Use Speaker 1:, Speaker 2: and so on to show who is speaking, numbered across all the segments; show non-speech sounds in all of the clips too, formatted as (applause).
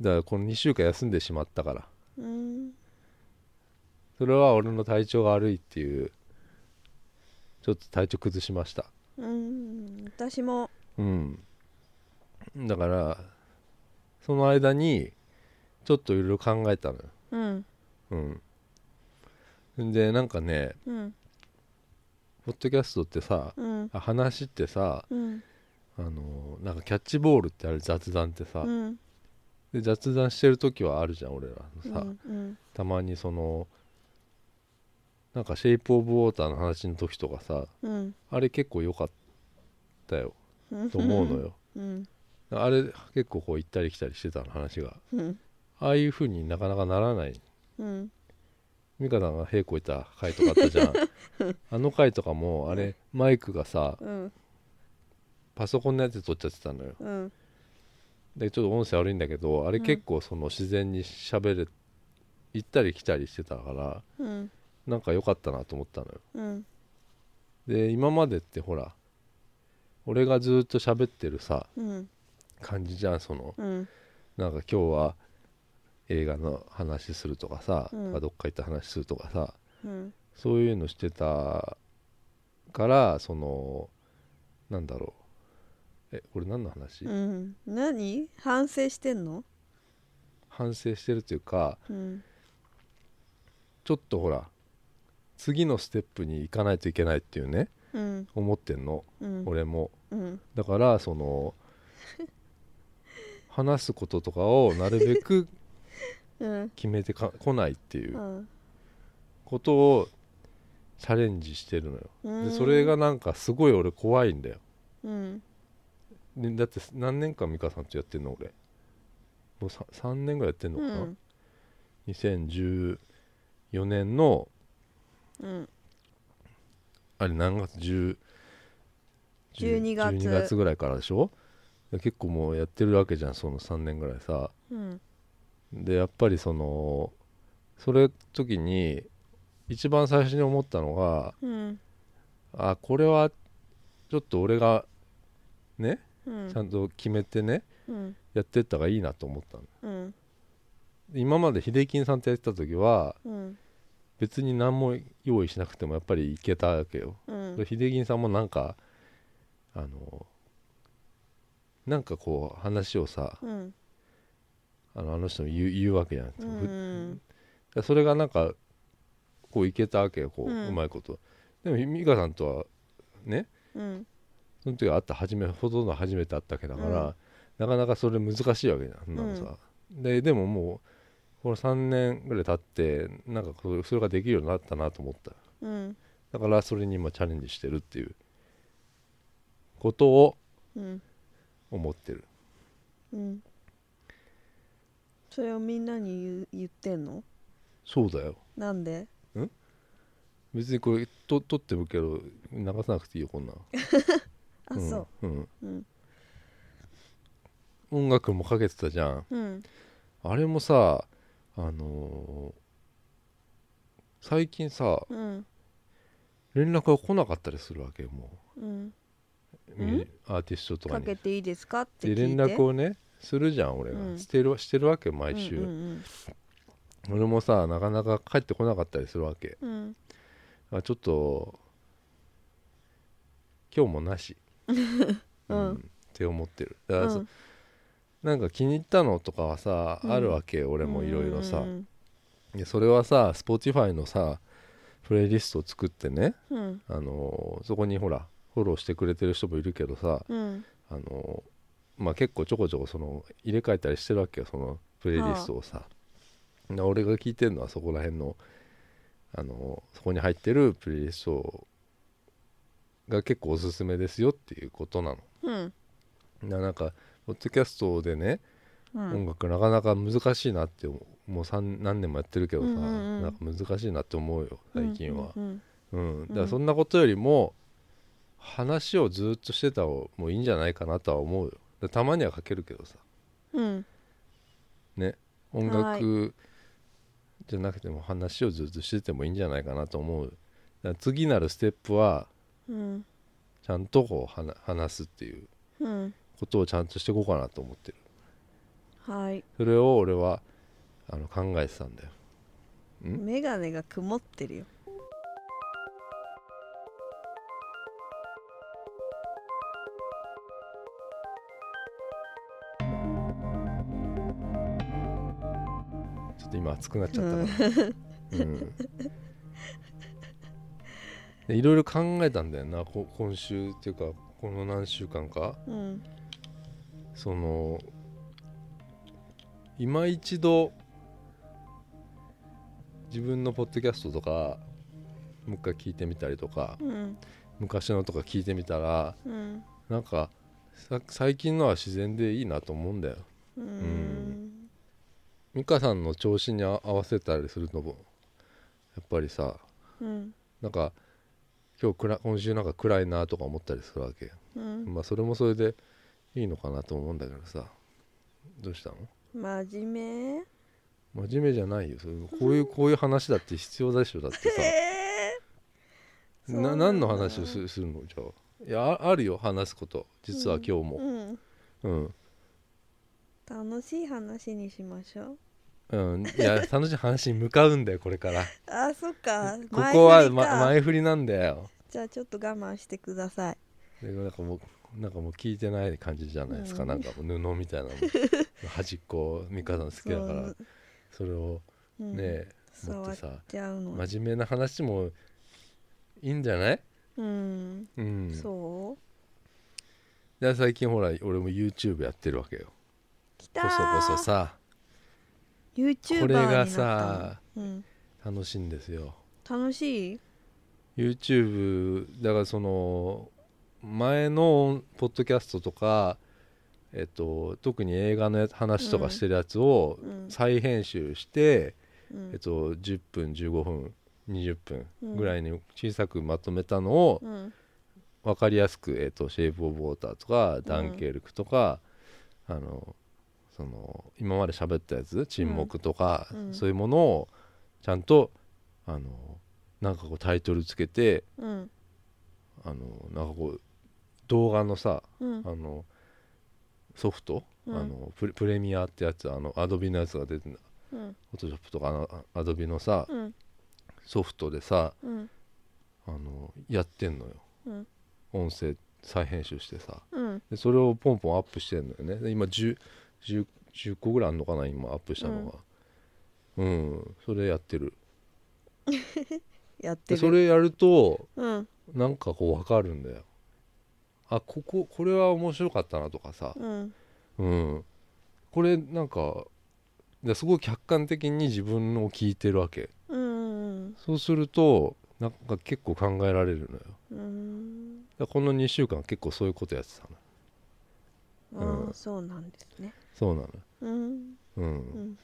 Speaker 1: だからこの2週間休んでしまったから
Speaker 2: うん
Speaker 1: それは俺の体調が悪いっていうちょっと体調崩しました
Speaker 2: うん私も
Speaker 1: うんだからその間にちょっといろいろ考えたのよ
Speaker 2: うん
Speaker 1: うんんでなんかね
Speaker 2: うん
Speaker 1: ポッドキャストってさ
Speaker 2: うん
Speaker 1: あ話ってさ
Speaker 2: うん
Speaker 1: あのなんかキャッチボールってある雑談ってさ、
Speaker 2: うん
Speaker 1: で雑談してる時はあるじゃん俺らのさ、
Speaker 2: うん
Speaker 1: たまにそのなんかシェイプ・オブ・ウォーターの話の時とかさ
Speaker 2: うん
Speaker 1: あれ結構良かったよ
Speaker 2: うん
Speaker 1: と思うのよ
Speaker 2: うん
Speaker 1: あれ結構こう行ったり来たりしてたの話が
Speaker 2: うん
Speaker 1: ああいう風になかなかならない
Speaker 2: うん
Speaker 1: 美香さんが「屁こいた回とかあったじゃんあの回とかもあれマイクがさ
Speaker 2: うん
Speaker 1: パソコンのやつで撮っちゃってたのよ
Speaker 2: うん
Speaker 1: でちょっと音声悪いんだけどあれ
Speaker 2: うん
Speaker 1: 結構その自然に喋れ行ったり来たりしてたから
Speaker 2: うん
Speaker 1: なんか良かったなと思ったのよ
Speaker 2: うん
Speaker 1: で今までってほら俺がずっと喋ってるさ
Speaker 2: うん
Speaker 1: 感じじゃんその
Speaker 2: うん
Speaker 1: なんか今日は映画の話するとかさ、
Speaker 2: うん
Speaker 1: なんかどっか行った話するとかさ
Speaker 2: うん
Speaker 1: そういうのしてたからそのなんだろうえ俺何の話、
Speaker 2: うん何反省してんの
Speaker 1: 反省してるというか
Speaker 2: うん
Speaker 1: ちょっとほら次のステップに行かないといけないっていうね
Speaker 2: うん
Speaker 1: 思ってんの、
Speaker 2: うん
Speaker 1: 俺も
Speaker 2: うん
Speaker 1: だからそ
Speaker 2: (laughs)
Speaker 1: の話すこととかをなるべく
Speaker 2: うん
Speaker 1: 決めてか来ないっていううんことをチャレンジしてるのよ、
Speaker 2: うん
Speaker 1: でそれがなんかすごい俺怖いんだよ
Speaker 2: うん
Speaker 1: でだって何年間美香さんとやってんの俺もう 3, 年ぐらいやってんの
Speaker 2: う
Speaker 1: かな、
Speaker 2: ん
Speaker 1: 2014年の
Speaker 2: うん
Speaker 1: あれ何月10
Speaker 2: 12月
Speaker 1: 12月ぐらいからでしょで結構もうやってるわけじゃんその3年ぐらいさ
Speaker 2: うん
Speaker 1: でやっぱりそのそれ時に一番最初に思ったのが
Speaker 2: うん
Speaker 1: あこれはちょっと俺がね
Speaker 2: うん
Speaker 1: ちゃんと決めてね、
Speaker 2: うん
Speaker 1: やってった方がいいなと思ったの
Speaker 2: うん
Speaker 1: 今まで秀樹さんとやってた時は
Speaker 2: うん
Speaker 1: 別に何も用意しなくてもやっぱりいけたわけよ、
Speaker 2: うん
Speaker 1: で秀樹さんもなんかあのなんかこう話をさ
Speaker 2: うん
Speaker 1: あのあの人も言う言うわけじゃん、
Speaker 2: うん
Speaker 1: でそれがなんかこういけたわけよこう,、う
Speaker 2: うん
Speaker 1: まいことでも美香さんとはね
Speaker 2: うん
Speaker 1: その時は会った初めほとんど初めて会ったわけだから、
Speaker 2: うん
Speaker 1: なかなかそれ難しいわけじゃんそんなのさ、ででももうこの3年ぐらい経ってなんかこうそれができるようになったなと思った
Speaker 2: うん
Speaker 1: だからそれに今チャレンジしてるっていうことを
Speaker 2: うん
Speaker 1: 思ってる
Speaker 2: うんそれをみんなに言う言ってんの
Speaker 1: そうだよ
Speaker 2: なんで
Speaker 1: 別にこれと撮ってるけど流さなくていいよこんなん
Speaker 2: あそ
Speaker 1: うん、うん
Speaker 2: ううん
Speaker 1: 音楽もかけてたじゃん
Speaker 2: うん
Speaker 1: あれもさあのー最近さ
Speaker 2: うん
Speaker 1: 連絡が来なかったりするわけよも
Speaker 2: うん
Speaker 1: う、
Speaker 2: ん
Speaker 1: アーティストとか
Speaker 2: か
Speaker 1: に
Speaker 2: けていいですかって聞い
Speaker 1: で
Speaker 2: て
Speaker 1: 連絡をねするじゃん俺が、
Speaker 2: うん
Speaker 1: してるしてるわけよ毎週、
Speaker 2: うん
Speaker 1: 俺もさなかなか帰ってこなかったりするわけ
Speaker 2: うんうん
Speaker 1: あちょっと今日もなし、
Speaker 2: (laughs) うん
Speaker 1: って思ってるだ
Speaker 2: う
Speaker 1: からそ、
Speaker 2: ん
Speaker 1: なんか気に入ったのとかはさ、
Speaker 2: うん
Speaker 1: あるわけよ俺もいろいろ
Speaker 2: う
Speaker 1: さ、
Speaker 2: ん
Speaker 1: でそれはさ Spotify のさプレイリストを作ってね、
Speaker 2: うん
Speaker 1: あのーそこにほらフォローしてくれてる人もいるけどさ、
Speaker 2: うん
Speaker 1: あのーまあ、結構ちょこちょこその入れ替えたりしてるわけよそのプレイリストをさ、な俺が聞いてるのはそこら辺の、あのーそこに入ってるプレイリストが結構おすすめですよっていうことなの。
Speaker 2: うん
Speaker 1: ななんかポッドキャストでね、
Speaker 2: うん
Speaker 1: 音楽なかなか難しいなって思うもう三何年もやってるけどさ、
Speaker 2: うんうんうん
Speaker 1: なんか難しいなって思うよ最近は、
Speaker 2: うん
Speaker 1: うんだからそんなことよりも話をずっとしてた方もういいんじゃないかなとは思うよだからたまにはかけるけどさ
Speaker 2: うん
Speaker 1: ね音楽じゃなくても話をずっとしててもいいんじゃないかなと思うだから次なるステップは
Speaker 2: うん
Speaker 1: ちゃんとこう話話すっていう
Speaker 2: うん
Speaker 1: ことをちゃんとしていこうかなと思ってる
Speaker 2: はい
Speaker 1: それを俺はあの考えてたんだよん
Speaker 2: メガネが曇ってるよ
Speaker 1: ちょっと今熱くなっちゃったから、うんでいろいろ考えたんだよなこ今週っていうかこの何週間か
Speaker 2: うん
Speaker 1: その今一度自分のポッドキャストとかもう一回聞いてみたりとか
Speaker 2: うん
Speaker 1: 昔のとか聞いてみたら
Speaker 2: うん
Speaker 1: なんかさ最近のは自然でいいなと思うんだよ
Speaker 2: うん
Speaker 1: ん美香さんの調子にあ合わせたりするのもやっぱりさ
Speaker 2: うん
Speaker 1: なんか今日暗今週なんか暗いなとか思ったりするわけ
Speaker 2: うん
Speaker 1: まあそれもそれでいいのかなと思うんだけどさどうしたの
Speaker 2: 真面目
Speaker 1: 真面目じゃないよそれこういうこういう話だって必要でしょだってさ
Speaker 2: えー
Speaker 1: な何の話を
Speaker 2: そう
Speaker 1: すするのじゃあいやああるよ話すこと実は今日も
Speaker 2: なん
Speaker 1: うん、
Speaker 2: だうん楽しい話にしましょう
Speaker 1: うん、いや楽しい話に向かうんだよこれから
Speaker 2: あそっか
Speaker 1: ここは、
Speaker 2: 前振りか
Speaker 1: ま、前振りなんだよ
Speaker 2: じゃあちょっと我慢してください
Speaker 1: でなんかもうなんかもう聞いてない感じじゃないですか、
Speaker 2: うん
Speaker 1: なんかもう布みたいなの端っこ美香さん好きだから
Speaker 2: そう
Speaker 1: それを
Speaker 2: うん
Speaker 1: ね、持
Speaker 2: 触
Speaker 1: っ
Speaker 2: って
Speaker 1: さ
Speaker 2: ちゃうの
Speaker 1: 真面目な話もいいんじゃない
Speaker 2: うん、
Speaker 1: うん
Speaker 2: そう
Speaker 1: で最近ほら俺も YouTube やってるわけよ
Speaker 2: き
Speaker 1: こ
Speaker 2: たー
Speaker 1: そこそさ
Speaker 2: YouTuber
Speaker 1: これ
Speaker 2: にな
Speaker 1: が
Speaker 2: った
Speaker 1: さ
Speaker 2: のうん、
Speaker 1: 楽しいんですよ
Speaker 2: 楽しい
Speaker 1: YouTube だからその前のポッドキャストとかえっと特に映画のやつ話とかしてるやつを
Speaker 2: うん
Speaker 1: 再編集して、
Speaker 2: うん
Speaker 1: えっと、10分15分20分
Speaker 2: うん
Speaker 1: ぐらいに小さくまとめたのを、
Speaker 2: うん
Speaker 1: わかりやすく、えーと「シェイプ・オブ・ウォーター」とか「
Speaker 2: ん
Speaker 1: ダンケルク」とか、あのその今まで喋ったやつ「沈黙」とか、
Speaker 2: うん
Speaker 1: そういうものをちゃんとあのなんかこうタイトルつけて
Speaker 2: うん
Speaker 1: あのなんかこう動画のさ
Speaker 2: うん
Speaker 1: あのソフト、
Speaker 2: うん
Speaker 1: あのプレプレミアってやつあのアドビのやつが出てんだ
Speaker 2: うん
Speaker 1: フォトショップとかあのアドビのさ
Speaker 2: うん
Speaker 1: ソフトでさ
Speaker 2: うん
Speaker 1: あのやってんのよ
Speaker 2: うん
Speaker 1: 音声再編集してさ。
Speaker 2: うん
Speaker 1: でそれをポンポンアップしてるのよねで今 10, 10, 10個ぐらいあんのかな今アップしたのがうん、それやってる
Speaker 2: やっ
Speaker 1: で
Speaker 2: てる
Speaker 1: それやると
Speaker 2: うん
Speaker 1: なんかこう分かるんだよあこここれは面白かったなとかさ
Speaker 2: うん
Speaker 1: うんこれなんかですごい客観的に自分のを聞いてるわけ
Speaker 2: うん
Speaker 1: そうするとなんか結構考えられるのよだか
Speaker 2: うん
Speaker 1: らこの2週間結構そういうことやってたの
Speaker 2: あー
Speaker 1: うん
Speaker 2: そうなんですね
Speaker 1: そうなの
Speaker 2: うん
Speaker 1: うん、
Speaker 2: うん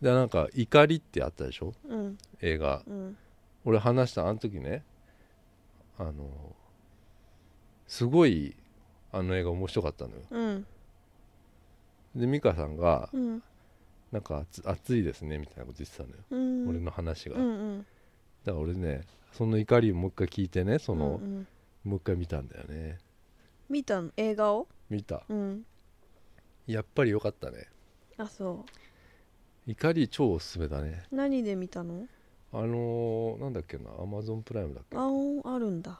Speaker 1: でなんか「怒り」ってあったでしょ
Speaker 2: うん
Speaker 1: 映画
Speaker 2: うん
Speaker 1: 俺話したあの時ねあのすごいあの映画面白かったのよ
Speaker 2: うん
Speaker 1: で美香さんが
Speaker 2: うん
Speaker 1: 「なんか暑暑いですね」みたいなこと言ってたのよ、
Speaker 2: うん
Speaker 1: 俺の話が、
Speaker 2: うん
Speaker 1: だ
Speaker 2: うん
Speaker 1: から俺ねその怒りをもう一回聞いてねその、
Speaker 2: うんうん
Speaker 1: もう一回見たんだよね
Speaker 2: 見たの映画を
Speaker 1: 見た
Speaker 2: うん
Speaker 1: やっぱり良かったね
Speaker 2: あそ
Speaker 1: 怒り超おすすめだね
Speaker 2: う何で見たの
Speaker 1: あのーなんだっけなアマゾンプライムだっけ
Speaker 2: あおあるんだ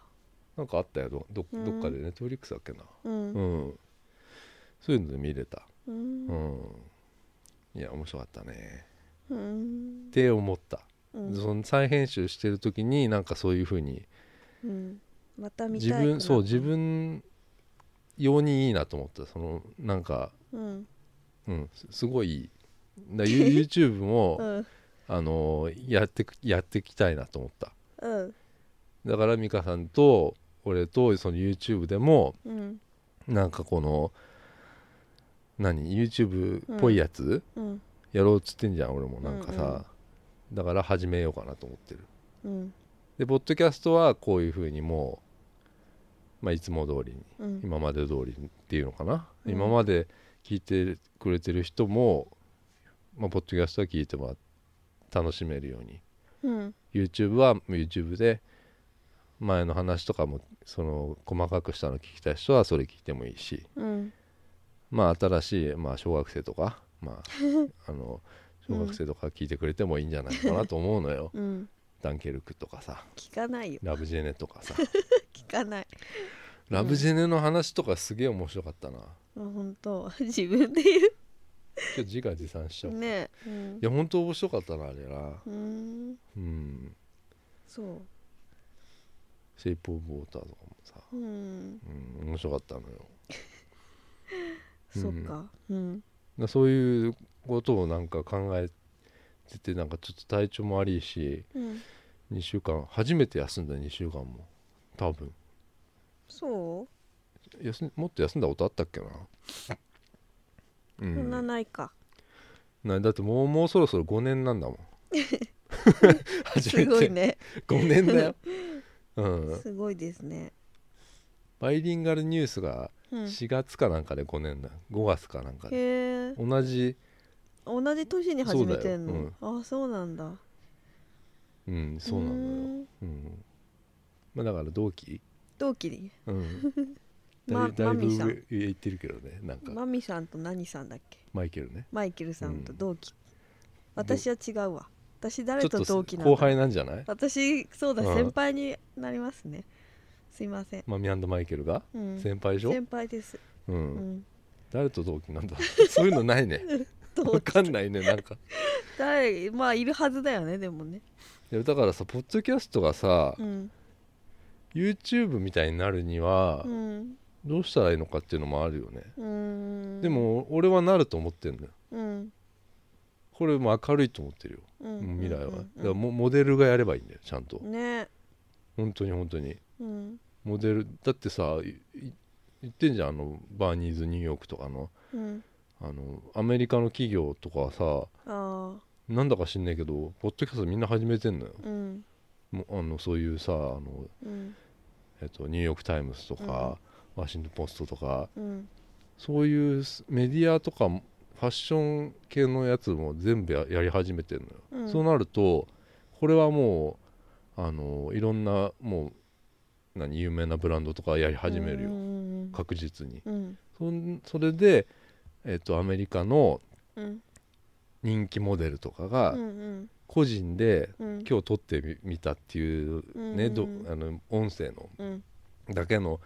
Speaker 1: なんかあったよどど
Speaker 2: うん
Speaker 1: どっかでネットフリックスだっけな
Speaker 2: うん
Speaker 1: うん、そういうので見れた
Speaker 2: うん
Speaker 1: うん、いや面白かったね
Speaker 2: うん
Speaker 1: って思った、
Speaker 2: うん
Speaker 1: その再編集してる時になんかそういう風に
Speaker 2: うんまた見たい
Speaker 1: 自
Speaker 2: くなっ
Speaker 1: 分
Speaker 2: た
Speaker 1: そう自分用にいいなと思ったそのなんか、
Speaker 2: うん
Speaker 1: うん、すすごいいいだ
Speaker 2: (laughs)
Speaker 1: You- YouTube も、
Speaker 2: うん
Speaker 1: あのやってくやっていきたいなと思った
Speaker 2: うん
Speaker 1: だから美香さんと俺とその YouTube でも
Speaker 2: うん
Speaker 1: なんかこの何 YouTube っぽいやつ、
Speaker 2: うん
Speaker 1: やろうっつってんじゃん俺もなんかさ、
Speaker 2: うんうん
Speaker 1: だから始めようかなと思ってる
Speaker 2: うん
Speaker 1: でポッドキャストはこういうふうにもう、まあ、いつも通りに
Speaker 2: うん
Speaker 1: 今まで通りにっていうのかな、
Speaker 2: うん
Speaker 1: 今まで聞いてくれてる人も、まあ、ポッドキャストは聞いてもらっ楽しめるように
Speaker 2: うん
Speaker 1: YouTube は YouTube で前の話とかもその細かくしたの聞きたい人はそれ聞いてもいいし
Speaker 2: うん
Speaker 1: まあ新しい、まあ、小学生とか
Speaker 2: (laughs)
Speaker 1: まああの小学生とか聞いてくれてもいいんじゃないかなと思うのよ、
Speaker 2: うん
Speaker 1: ダンケルクとかさ
Speaker 2: 聞かないよ
Speaker 1: ラブジェネとかさ
Speaker 2: 聞かない
Speaker 1: ラブジェネの話とかすげえ面白かったな
Speaker 2: もう本当自分で言
Speaker 1: 今日自画自賛しちゃ
Speaker 2: う
Speaker 1: う、
Speaker 2: ねえうん
Speaker 1: いや本当面白かったなあれな
Speaker 2: うーん
Speaker 1: うん
Speaker 2: そ
Speaker 1: シェイプ・オブ・ウォーターとかもさ、
Speaker 2: ううん
Speaker 1: うん、面白かったのよだかうん
Speaker 2: (laughs) そっかうん
Speaker 1: らそういうことをなんか考えててなんかちょっと体調も悪いし
Speaker 2: うん
Speaker 1: 2週間初めて休んだ2週間も多分
Speaker 2: そう
Speaker 1: 休んもっと休んだことあったっけなう
Speaker 2: そん
Speaker 1: ん
Speaker 2: なないか
Speaker 1: なだってもうもうそろそろ5年なん
Speaker 2: (laughs)
Speaker 1: だもん初め
Speaker 2: すごい
Speaker 1: て、
Speaker 2: ね
Speaker 1: 5年だ
Speaker 2: (laughs)
Speaker 1: よ、うん、
Speaker 2: すごいですね
Speaker 1: バイリンガルニュースが
Speaker 2: うんへ
Speaker 1: 4月かなんかで5年だ5月かなんかで
Speaker 2: え
Speaker 1: 同じ、
Speaker 2: 同じ年に始めてん
Speaker 1: そう
Speaker 2: のあそうなんだ
Speaker 1: うん、そうなのよ、
Speaker 2: うーん
Speaker 1: うんまあ、だから同期、
Speaker 2: 同期に
Speaker 1: うん、だ
Speaker 2: (laughs) ま
Speaker 1: いだ
Speaker 2: マ
Speaker 1: いぶ
Speaker 2: ミさん
Speaker 1: 上上行ってるけどねなんか
Speaker 2: マミさんと何さんだっけ
Speaker 1: マイケルね
Speaker 2: マイケルさんと
Speaker 1: うん
Speaker 2: 同期、私は違うわ私誰
Speaker 1: ちょっ
Speaker 2: と
Speaker 1: と
Speaker 2: 同期な
Speaker 1: 後
Speaker 2: んだろう
Speaker 1: 輩なんじゃない
Speaker 2: 私そうだ
Speaker 1: うん
Speaker 2: 先輩になりますねすいません、
Speaker 1: マミマイケルが
Speaker 2: うん、
Speaker 1: 先輩でしょ、
Speaker 2: 先輩です、
Speaker 1: う
Speaker 2: うんん、
Speaker 1: 誰と同期なんだ (laughs) そういうのないね
Speaker 2: 同
Speaker 1: わ
Speaker 2: 期
Speaker 1: かんないねなんか
Speaker 2: 誰まあいるはずだよねでもね
Speaker 1: いやだからさポッドキャストがさ、
Speaker 2: うん
Speaker 1: YouTube みたいになるには
Speaker 2: うん
Speaker 1: どうしたらいいのかっていうのもあるよね、
Speaker 2: うん
Speaker 1: でも俺はなると思ってんのよ
Speaker 2: うん
Speaker 1: これもう明るいと思ってるよ、
Speaker 2: うん
Speaker 1: もう未来は、
Speaker 2: う
Speaker 1: だ
Speaker 2: ん
Speaker 1: からもモデルがやればいいんだよちゃんと、
Speaker 2: ね
Speaker 1: 本当に本当に
Speaker 2: うん
Speaker 1: モデルだってさいい言ってんじゃんあのバーニーズニューヨークとかの
Speaker 2: うん
Speaker 1: あのアメリカの企業とかさ
Speaker 2: ああ
Speaker 1: なんだか知んないけどポッドキャストみんな始めてんのよ
Speaker 2: うん
Speaker 1: もうあのそういうさあの、
Speaker 2: うん
Speaker 1: えっと、ニューヨーク・タイムズとか、ワシントン・ポストとか
Speaker 2: うん
Speaker 1: そういうすメディアとかもファッション系のやつも全部ややり始めてるのよ、
Speaker 2: うん
Speaker 1: そうなるとこれはもうあのいろんなもう何有名なブランドとかやり始めるよ、
Speaker 2: うん
Speaker 1: 確実に
Speaker 2: うん
Speaker 1: そんそれで、えっとアメリカの
Speaker 2: うん
Speaker 1: 人気モデルとか
Speaker 2: う
Speaker 1: が
Speaker 2: ん
Speaker 1: 個人で
Speaker 2: うん
Speaker 1: 今日撮ってみ見たっていうね、
Speaker 2: うん
Speaker 1: どあの音声の
Speaker 2: うん
Speaker 1: だけの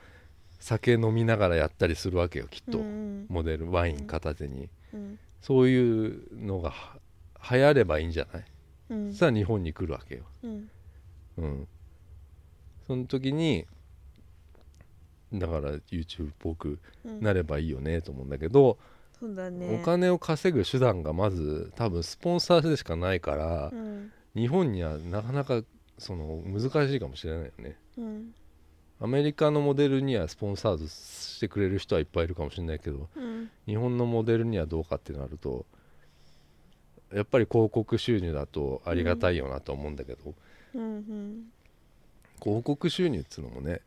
Speaker 1: 酒飲みながらやったりするわけよきっと、
Speaker 2: うん
Speaker 1: モデルワイン片手に
Speaker 2: うん
Speaker 1: そういうのがは流行ればいいんじゃない、
Speaker 2: うん
Speaker 1: さあ日本に来るわけよ、
Speaker 2: うん
Speaker 1: うん、その時にだから YouTube っぽく
Speaker 2: うん
Speaker 1: なればいいよねと思うんだけど、
Speaker 2: そうだね
Speaker 1: お金を稼ぐ手段がまず多分スポンサーでしかないから
Speaker 2: う、ん
Speaker 1: 日本にはなかなかその難しいかもしれないよね
Speaker 2: うん
Speaker 1: アメリカのモデルにはスポンサードしてくれる人はいっぱいいるかもしれないけど
Speaker 2: うん
Speaker 1: 日本のモデルにはどうかってなるとやっぱり広告収入だとありがたいよなと思うんだけど、
Speaker 2: うん
Speaker 1: 広告収入っつうのもね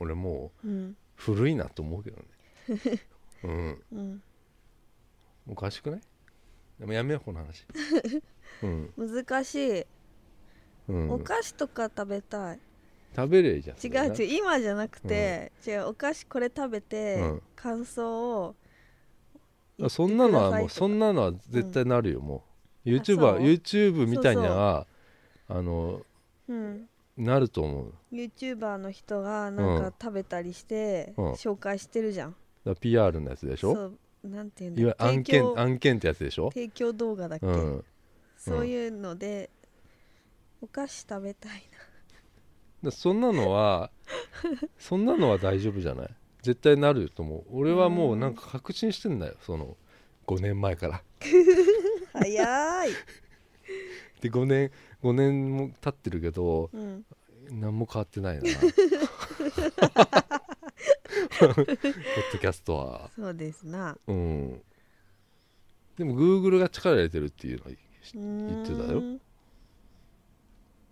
Speaker 1: 俺もう
Speaker 2: うん
Speaker 1: 古いなと思うけ
Speaker 2: (laughs)
Speaker 1: どねうん
Speaker 2: うん
Speaker 1: おかしくないでもやめようこの
Speaker 2: (laughs)
Speaker 1: 話うん、
Speaker 2: 難しい、
Speaker 1: うん、
Speaker 2: お菓子とか食べたい
Speaker 1: 食べれじゃん
Speaker 2: 違
Speaker 1: それ
Speaker 2: う
Speaker 1: な
Speaker 2: 違う今じゃなくて、違うお菓子これ食べて、
Speaker 1: うん
Speaker 2: 感想を言ってくださ
Speaker 1: そ
Speaker 2: いとか
Speaker 1: んなのはもうそんなのは絶対なるよ、もう YouTuber
Speaker 2: そう
Speaker 1: YouTube みたいにはあの
Speaker 2: うん
Speaker 1: なると思うだか
Speaker 2: YouTuber の人がなん
Speaker 1: うん
Speaker 2: か食べたりして、
Speaker 1: うん
Speaker 2: 紹介してるじゃん
Speaker 1: ら PR のやつでし
Speaker 2: そ
Speaker 1: ょ
Speaker 2: うなんていうん
Speaker 1: いわゆ
Speaker 2: だ
Speaker 1: る案
Speaker 2: 提供
Speaker 1: 件案件ってやつでしょ
Speaker 2: 提供動画だっけ、
Speaker 1: うん
Speaker 2: そういうのでお菓子食べたい
Speaker 1: だそんなの (laughs) はそんなのは大丈夫じゃない絶対なると思う俺はもうなんか確信してんだよその5年前から (laughs)
Speaker 2: な早い、
Speaker 1: で5年5年も経ってるけど
Speaker 2: うん、
Speaker 1: 何も変わってないなポッドキャストは
Speaker 2: そうですな
Speaker 1: うんでも Google が力入れてるっていうのは
Speaker 2: 言
Speaker 1: ってたよ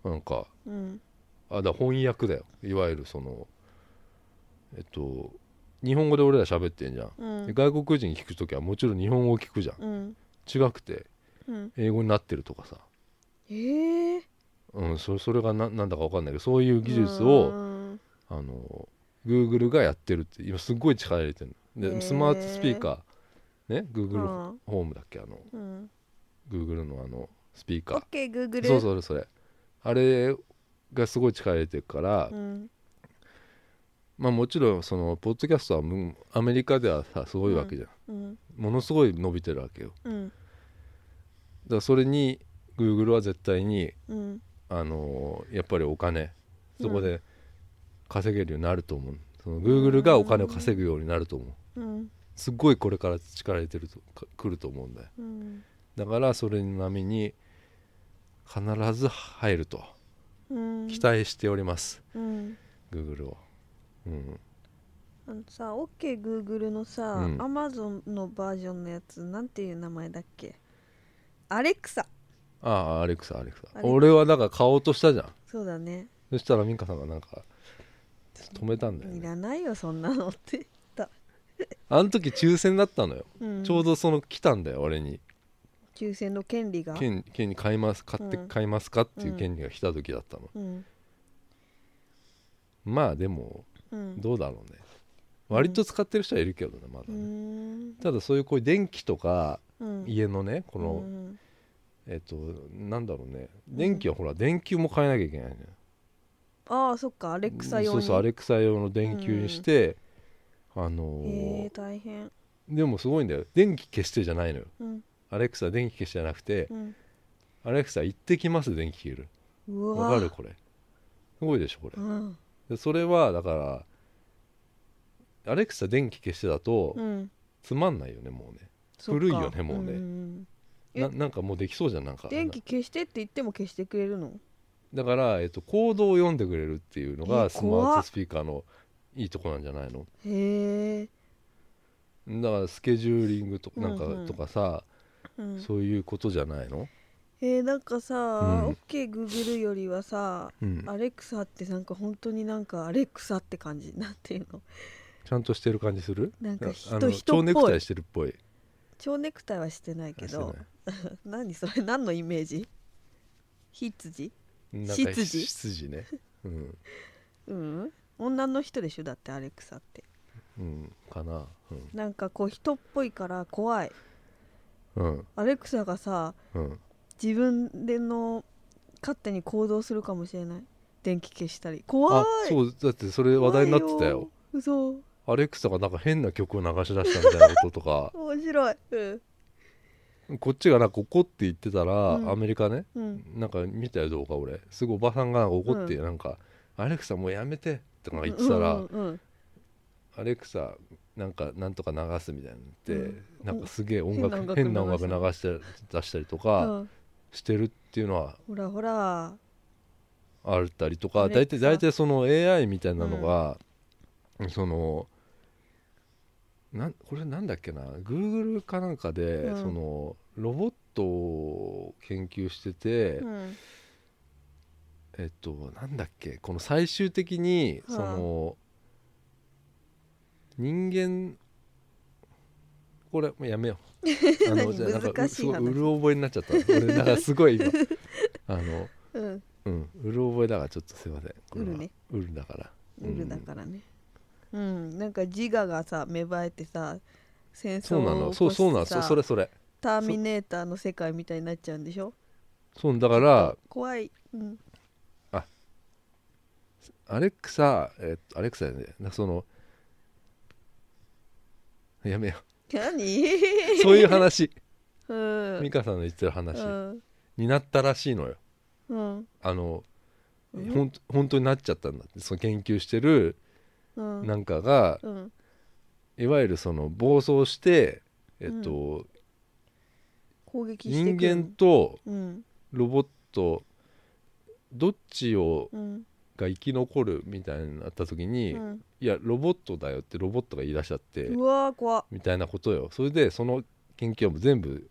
Speaker 1: なんか
Speaker 2: うん
Speaker 1: あだから翻訳だよいわゆるそのえっと日本語で俺ら喋ってんじゃん、
Speaker 2: うん
Speaker 1: で外国人に聞くときはもちろん日本語を聞くじゃん
Speaker 2: うん
Speaker 1: 違くて
Speaker 2: うん
Speaker 1: 英語になってるとかさ、
Speaker 2: えー、
Speaker 1: うん、そそれがななんだか分かんないけどそういう技術
Speaker 2: う
Speaker 1: を
Speaker 2: ん
Speaker 1: あの Google がやってるって今すっごい力入れてるの
Speaker 2: へ
Speaker 1: で
Speaker 2: ー
Speaker 1: スマートスピーカーね
Speaker 2: う
Speaker 1: Google
Speaker 2: ん
Speaker 1: ホームだっけあの
Speaker 2: うん
Speaker 1: Google のあのスピーカ
Speaker 2: OK グーグ
Speaker 1: ー
Speaker 2: ル
Speaker 1: そうそうそれあれがすごい力入れてるから、
Speaker 2: うん
Speaker 1: まあもちろんそのポッドキャストはむアメリカではさすごいわけじゃん、
Speaker 2: うん
Speaker 1: ものすごい伸びてるわけよ
Speaker 2: うん
Speaker 1: だからそれに Google は絶対に
Speaker 2: うん
Speaker 1: あのーやっぱりお金そこで稼げるようになると思う、その Google がお金を稼ぐようになると思う
Speaker 2: うん
Speaker 1: すっごいこれから力入れてるとか来ると思うんだよ
Speaker 2: うん
Speaker 1: だからそれの波に必ず入ると
Speaker 2: うん
Speaker 1: 期待しております、
Speaker 2: うん、
Speaker 1: Google をうん
Speaker 2: あのさ OK グーグルのさ、
Speaker 1: うん
Speaker 2: Amazon のバージョンのやつなんていう名前だっけアレクサ
Speaker 1: ああアレクサアレクサ
Speaker 2: アレクサ
Speaker 1: 俺はだから買おうとしたじゃん
Speaker 2: そうだね
Speaker 1: そしたらミカさんがなんか止めたんだよね
Speaker 2: いらないよそんなのって、
Speaker 1: あの時抽選だったのよ、
Speaker 2: うん、
Speaker 1: ちょうどその来たんだよ俺に
Speaker 2: 抽選の権利が
Speaker 1: 権権利買います買って
Speaker 2: うん
Speaker 1: 買いますかっていう権利が来た時だったの、
Speaker 2: うん
Speaker 1: まあでも
Speaker 2: うん
Speaker 1: どうだろうね割と使ってる人はいるけどねまだ
Speaker 2: うー
Speaker 1: ね、
Speaker 2: ん
Speaker 1: ただそういうこういう電気とか
Speaker 2: うん
Speaker 1: 家のねこの、
Speaker 2: うん
Speaker 1: えっとなんだろうね電気はほら電球も変えなきゃいけないね
Speaker 2: ああそっかアレクサ用に
Speaker 1: そうそうアレクサ用の電球にして、あのー
Speaker 2: えー、大変
Speaker 1: でもすごいんだよ電気消してじゃないのよ
Speaker 2: うん
Speaker 1: アレクサ電気消してじゃなくて
Speaker 2: うん
Speaker 1: アレクサ行ってきます電気消える
Speaker 2: うわ
Speaker 1: わかるこれすごいでしょこれ
Speaker 2: うん
Speaker 1: でそれはだからアレクサ電気消してだと
Speaker 2: うん
Speaker 1: つまんないよねもうね
Speaker 2: そっか
Speaker 1: 古いよねもうね
Speaker 2: んえ
Speaker 1: ななんかもうできそうじゃんなんか
Speaker 2: 電気消してって言っても消してくれるの
Speaker 1: だから、えっと、コードを読んでくれるっていうの
Speaker 2: え
Speaker 1: がスマ
Speaker 2: 怖
Speaker 1: ー
Speaker 2: っ
Speaker 1: トスピーカーのいいとこなんじゃないの
Speaker 2: へえ、
Speaker 1: だからスケジューリングと
Speaker 2: うんう
Speaker 1: なん
Speaker 2: ん
Speaker 1: かとかさ、
Speaker 2: うん、
Speaker 1: そういうことじゃないの
Speaker 2: えー、なんかさ、
Speaker 1: ん
Speaker 2: OKGoogle よりはさ、
Speaker 1: うん
Speaker 2: アレクサってなんか本当になんかアレクサって感じなんていうの
Speaker 1: ちゃんとしてる感じする
Speaker 2: なんか人
Speaker 1: あの
Speaker 2: 人っぽ
Speaker 1: 蝶
Speaker 2: い
Speaker 1: ネクタイしてるっぽい
Speaker 2: 蝶ネクタイはしてないけ
Speaker 1: して
Speaker 2: ど
Speaker 1: ない
Speaker 2: 何それ (laughs) 何のイメージ羊
Speaker 1: なんか
Speaker 2: 執事
Speaker 1: 羊ねうん、
Speaker 2: うん女の人でしょだってアレクサって
Speaker 1: うん、かな
Speaker 2: なんかこう人っぽいから怖い
Speaker 1: うんうん
Speaker 2: アレクサがさ
Speaker 1: うん
Speaker 2: 自分での勝手に行動するかもしれない電気消したり怖い
Speaker 1: あそうだってそれ話題になってたよ
Speaker 2: 怖い嘘
Speaker 1: アレクサがなんか変な曲を流し出したみたいなことと
Speaker 2: (laughs)
Speaker 1: か
Speaker 2: 面白いうん
Speaker 1: こっちがなんか怒って言ってたら、
Speaker 2: うん
Speaker 1: アメリカね
Speaker 2: うん
Speaker 1: なんか見たよ動画俺すぐおばさんがなんか怒って、なんか「アレクサもうやめて」とか言ってたら「
Speaker 2: うんうんうん
Speaker 1: アレクサなんかなんとか流す」みたいなのって、
Speaker 2: うん
Speaker 1: なんかすげえ音楽変な
Speaker 2: 変な音楽
Speaker 1: 音
Speaker 2: 流した
Speaker 1: 楽流して出したりと
Speaker 2: う
Speaker 1: か
Speaker 2: ん
Speaker 1: してるっていうのは
Speaker 2: ほらほら
Speaker 1: あったりとか
Speaker 2: アレ
Speaker 1: 大
Speaker 2: ク
Speaker 1: 体
Speaker 2: サ
Speaker 1: 大体その AI みたいなのが、そのなんこれなんだっけな Google かなんかで、
Speaker 2: うん
Speaker 1: そのロボットを研究してて、
Speaker 2: うん
Speaker 1: えっとなんだっけこの最終的に
Speaker 2: はあ
Speaker 1: その、人間これもうやめよ
Speaker 2: (laughs)
Speaker 1: うあ
Speaker 2: 何
Speaker 1: じゃあなんか
Speaker 2: 難し
Speaker 1: す
Speaker 2: い話
Speaker 1: ごいうる覚えになっちゃった俺なんかすご
Speaker 2: (laughs)
Speaker 1: い今あの
Speaker 2: うん
Speaker 1: うんうる覚えだからちょっとすいませんこれは
Speaker 2: うるね
Speaker 1: うるだから
Speaker 2: ウルだからねうん、なんか自我がさ芽生えてさ戦争
Speaker 1: そうなの
Speaker 2: を起
Speaker 1: そ
Speaker 2: こ
Speaker 1: うそうな
Speaker 2: し
Speaker 1: の
Speaker 2: てさ
Speaker 1: そそれそれ
Speaker 2: ターミネーターの世界みたいになっちゃうんでしょ
Speaker 1: そうだから
Speaker 2: 怖い、うん、
Speaker 1: アレクサえっとアレクサねなそのやめよ (laughs)
Speaker 2: 何
Speaker 1: う
Speaker 2: (laughs)
Speaker 1: そういう話
Speaker 2: うん
Speaker 1: 美香さんの言ってる話
Speaker 2: うん
Speaker 1: になったらしいのよ
Speaker 2: うん
Speaker 1: あの、
Speaker 2: うん
Speaker 1: ほんと本当になっちゃったんだってその研究してる
Speaker 2: うん
Speaker 1: なんかが、
Speaker 2: うん
Speaker 1: いわゆるその暴走してえっと、
Speaker 2: 攻撃して
Speaker 1: 人
Speaker 2: くる
Speaker 1: 間と
Speaker 2: うん
Speaker 1: ロボットどっちを
Speaker 2: うん
Speaker 1: が生き残るみたいになった時
Speaker 2: う
Speaker 1: に、
Speaker 2: ん
Speaker 1: いやロボットだよってロボットが言い出しちゃって
Speaker 2: うわー怖っ
Speaker 1: みたいなことよそれでその研究も全部、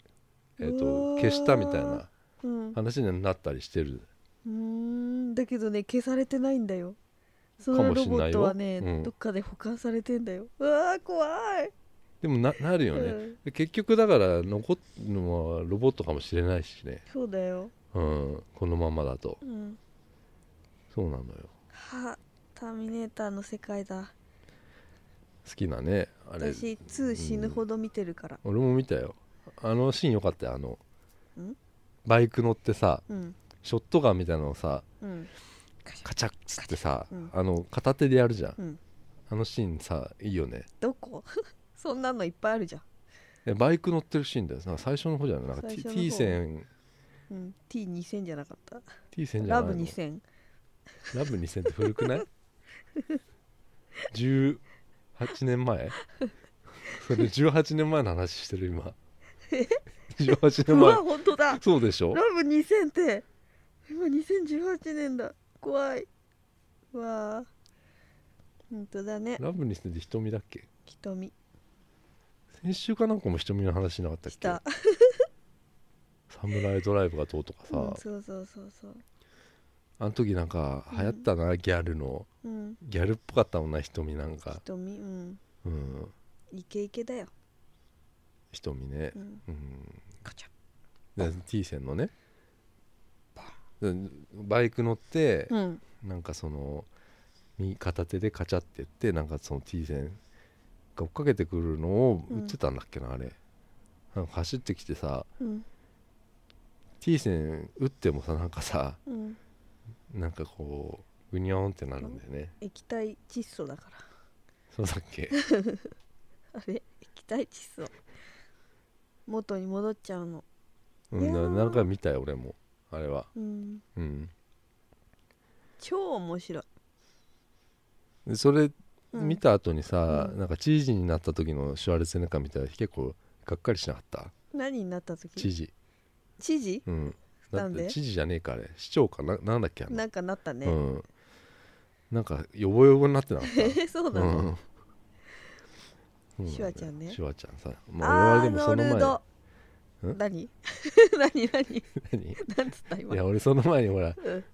Speaker 1: えっ
Speaker 2: う
Speaker 1: と
Speaker 2: わー
Speaker 1: 消したみたいな
Speaker 2: うんう
Speaker 1: 話になったりしてる
Speaker 2: ーんだけどね消されてないんだよそ
Speaker 1: か
Speaker 2: の
Speaker 1: も
Speaker 2: ロ
Speaker 1: しん
Speaker 2: ボ
Speaker 1: な
Speaker 2: ッ
Speaker 1: いよ
Speaker 2: トはね、
Speaker 1: うん
Speaker 2: どっかで保管されてんだようわー怖い、
Speaker 1: でもななるよね、
Speaker 2: うん、
Speaker 1: で結局だから残るのはロボットかもしれないしね、
Speaker 2: そうだよ
Speaker 1: うん、このままだと
Speaker 2: うん
Speaker 1: そうなのよ
Speaker 2: はターミネーターの世界だ
Speaker 1: 好きなねあれ
Speaker 2: 私2死ぬほど見てるから
Speaker 1: 俺も見たよあのシーンよかったよあの
Speaker 2: ん
Speaker 1: バイク乗ってさ
Speaker 2: うん
Speaker 1: ショットガンみたいなのをさ
Speaker 2: うん
Speaker 1: カチャッつってさ、
Speaker 2: うん
Speaker 1: あの片手でやるじゃん、
Speaker 2: うん
Speaker 1: あのシーンさいいよね
Speaker 2: どこ (laughs) そんなのいっぱいあるじゃん、
Speaker 1: えバイク乗ってるシーンだよなんか最初の方じゃないなんか
Speaker 2: 最
Speaker 1: T,
Speaker 2: 初の方
Speaker 1: T 線
Speaker 2: うん、T2000 じゃなかった
Speaker 1: T 線じゃ
Speaker 2: ラ
Speaker 1: ない
Speaker 2: ブ
Speaker 1: の
Speaker 2: 2000
Speaker 1: ラブ2000って古くない
Speaker 2: (laughs)
Speaker 1: ?18 年
Speaker 2: (laughs)
Speaker 1: 前それ18年前の話してる今18年
Speaker 2: うわ
Speaker 1: 前
Speaker 2: 本当だラ
Speaker 1: そうでしょ
Speaker 2: ブ2000って今2018年だ怖いうわあ本当だね
Speaker 1: ラブ2000って瞳だっけ
Speaker 2: 瞳
Speaker 1: 先週かなんかも瞳の話しなかったっ
Speaker 2: し
Speaker 1: け
Speaker 2: た
Speaker 1: サムライドライブがどうとかさ、
Speaker 2: (laughs) うん、そうそうそうそう
Speaker 1: あの時なんか流行ったな、ギャルの
Speaker 2: うん
Speaker 1: ギャルっぽかったもんな瞳なんか
Speaker 2: 瞳うん
Speaker 1: うん
Speaker 2: イケイケだよ、
Speaker 1: 瞳ね
Speaker 2: うん、
Speaker 1: うん
Speaker 2: カチャ
Speaker 1: で T 線のねうんバイク乗って、
Speaker 2: うん
Speaker 1: なんかその右片手でカチャってやってなんかその T 線が追っかけてくるのを
Speaker 2: うん
Speaker 1: 打ってたんだっけな、あれなんか走ってきてさ
Speaker 2: うん
Speaker 1: T 線打ってもさなんかさ
Speaker 2: うん
Speaker 1: なんかこううにゃーんってなるんだよね、
Speaker 2: 液体窒素だか
Speaker 1: そうだっけ
Speaker 2: らあれ液体窒素元に戻っちゃうの
Speaker 1: うん
Speaker 2: いやー
Speaker 1: ななんか見たよ俺もあれは
Speaker 2: うん
Speaker 1: うん
Speaker 2: 超面白い、
Speaker 1: でそれ
Speaker 2: うん、
Speaker 1: 見た後にさ、
Speaker 2: うん
Speaker 1: なんか知事になった時のシュワルツェネッカーみたいな結構がっかりしなかった
Speaker 2: 何になった
Speaker 1: 知
Speaker 2: 時
Speaker 1: 事
Speaker 2: 知事
Speaker 1: うんだ
Speaker 2: な
Speaker 1: っ
Speaker 2: んで
Speaker 1: て知事じゃねえかあれ市長かななんだっけあの
Speaker 2: なんかなったね、
Speaker 1: うん、なんかヨボヨボになってなかっ
Speaker 2: (laughs) えそう
Speaker 1: た
Speaker 2: なの、
Speaker 1: うんそうなんだよ
Speaker 2: シュワちゃんね
Speaker 1: シュワちゃんさ、
Speaker 2: あ
Speaker 1: まあ、
Speaker 2: ー
Speaker 1: 俺はでもその前
Speaker 2: ノルド
Speaker 1: ん
Speaker 2: 何 (laughs) 何何 (laughs)
Speaker 1: に
Speaker 2: 何つった今
Speaker 1: (laughs) 何いや俺その前にほら
Speaker 2: うん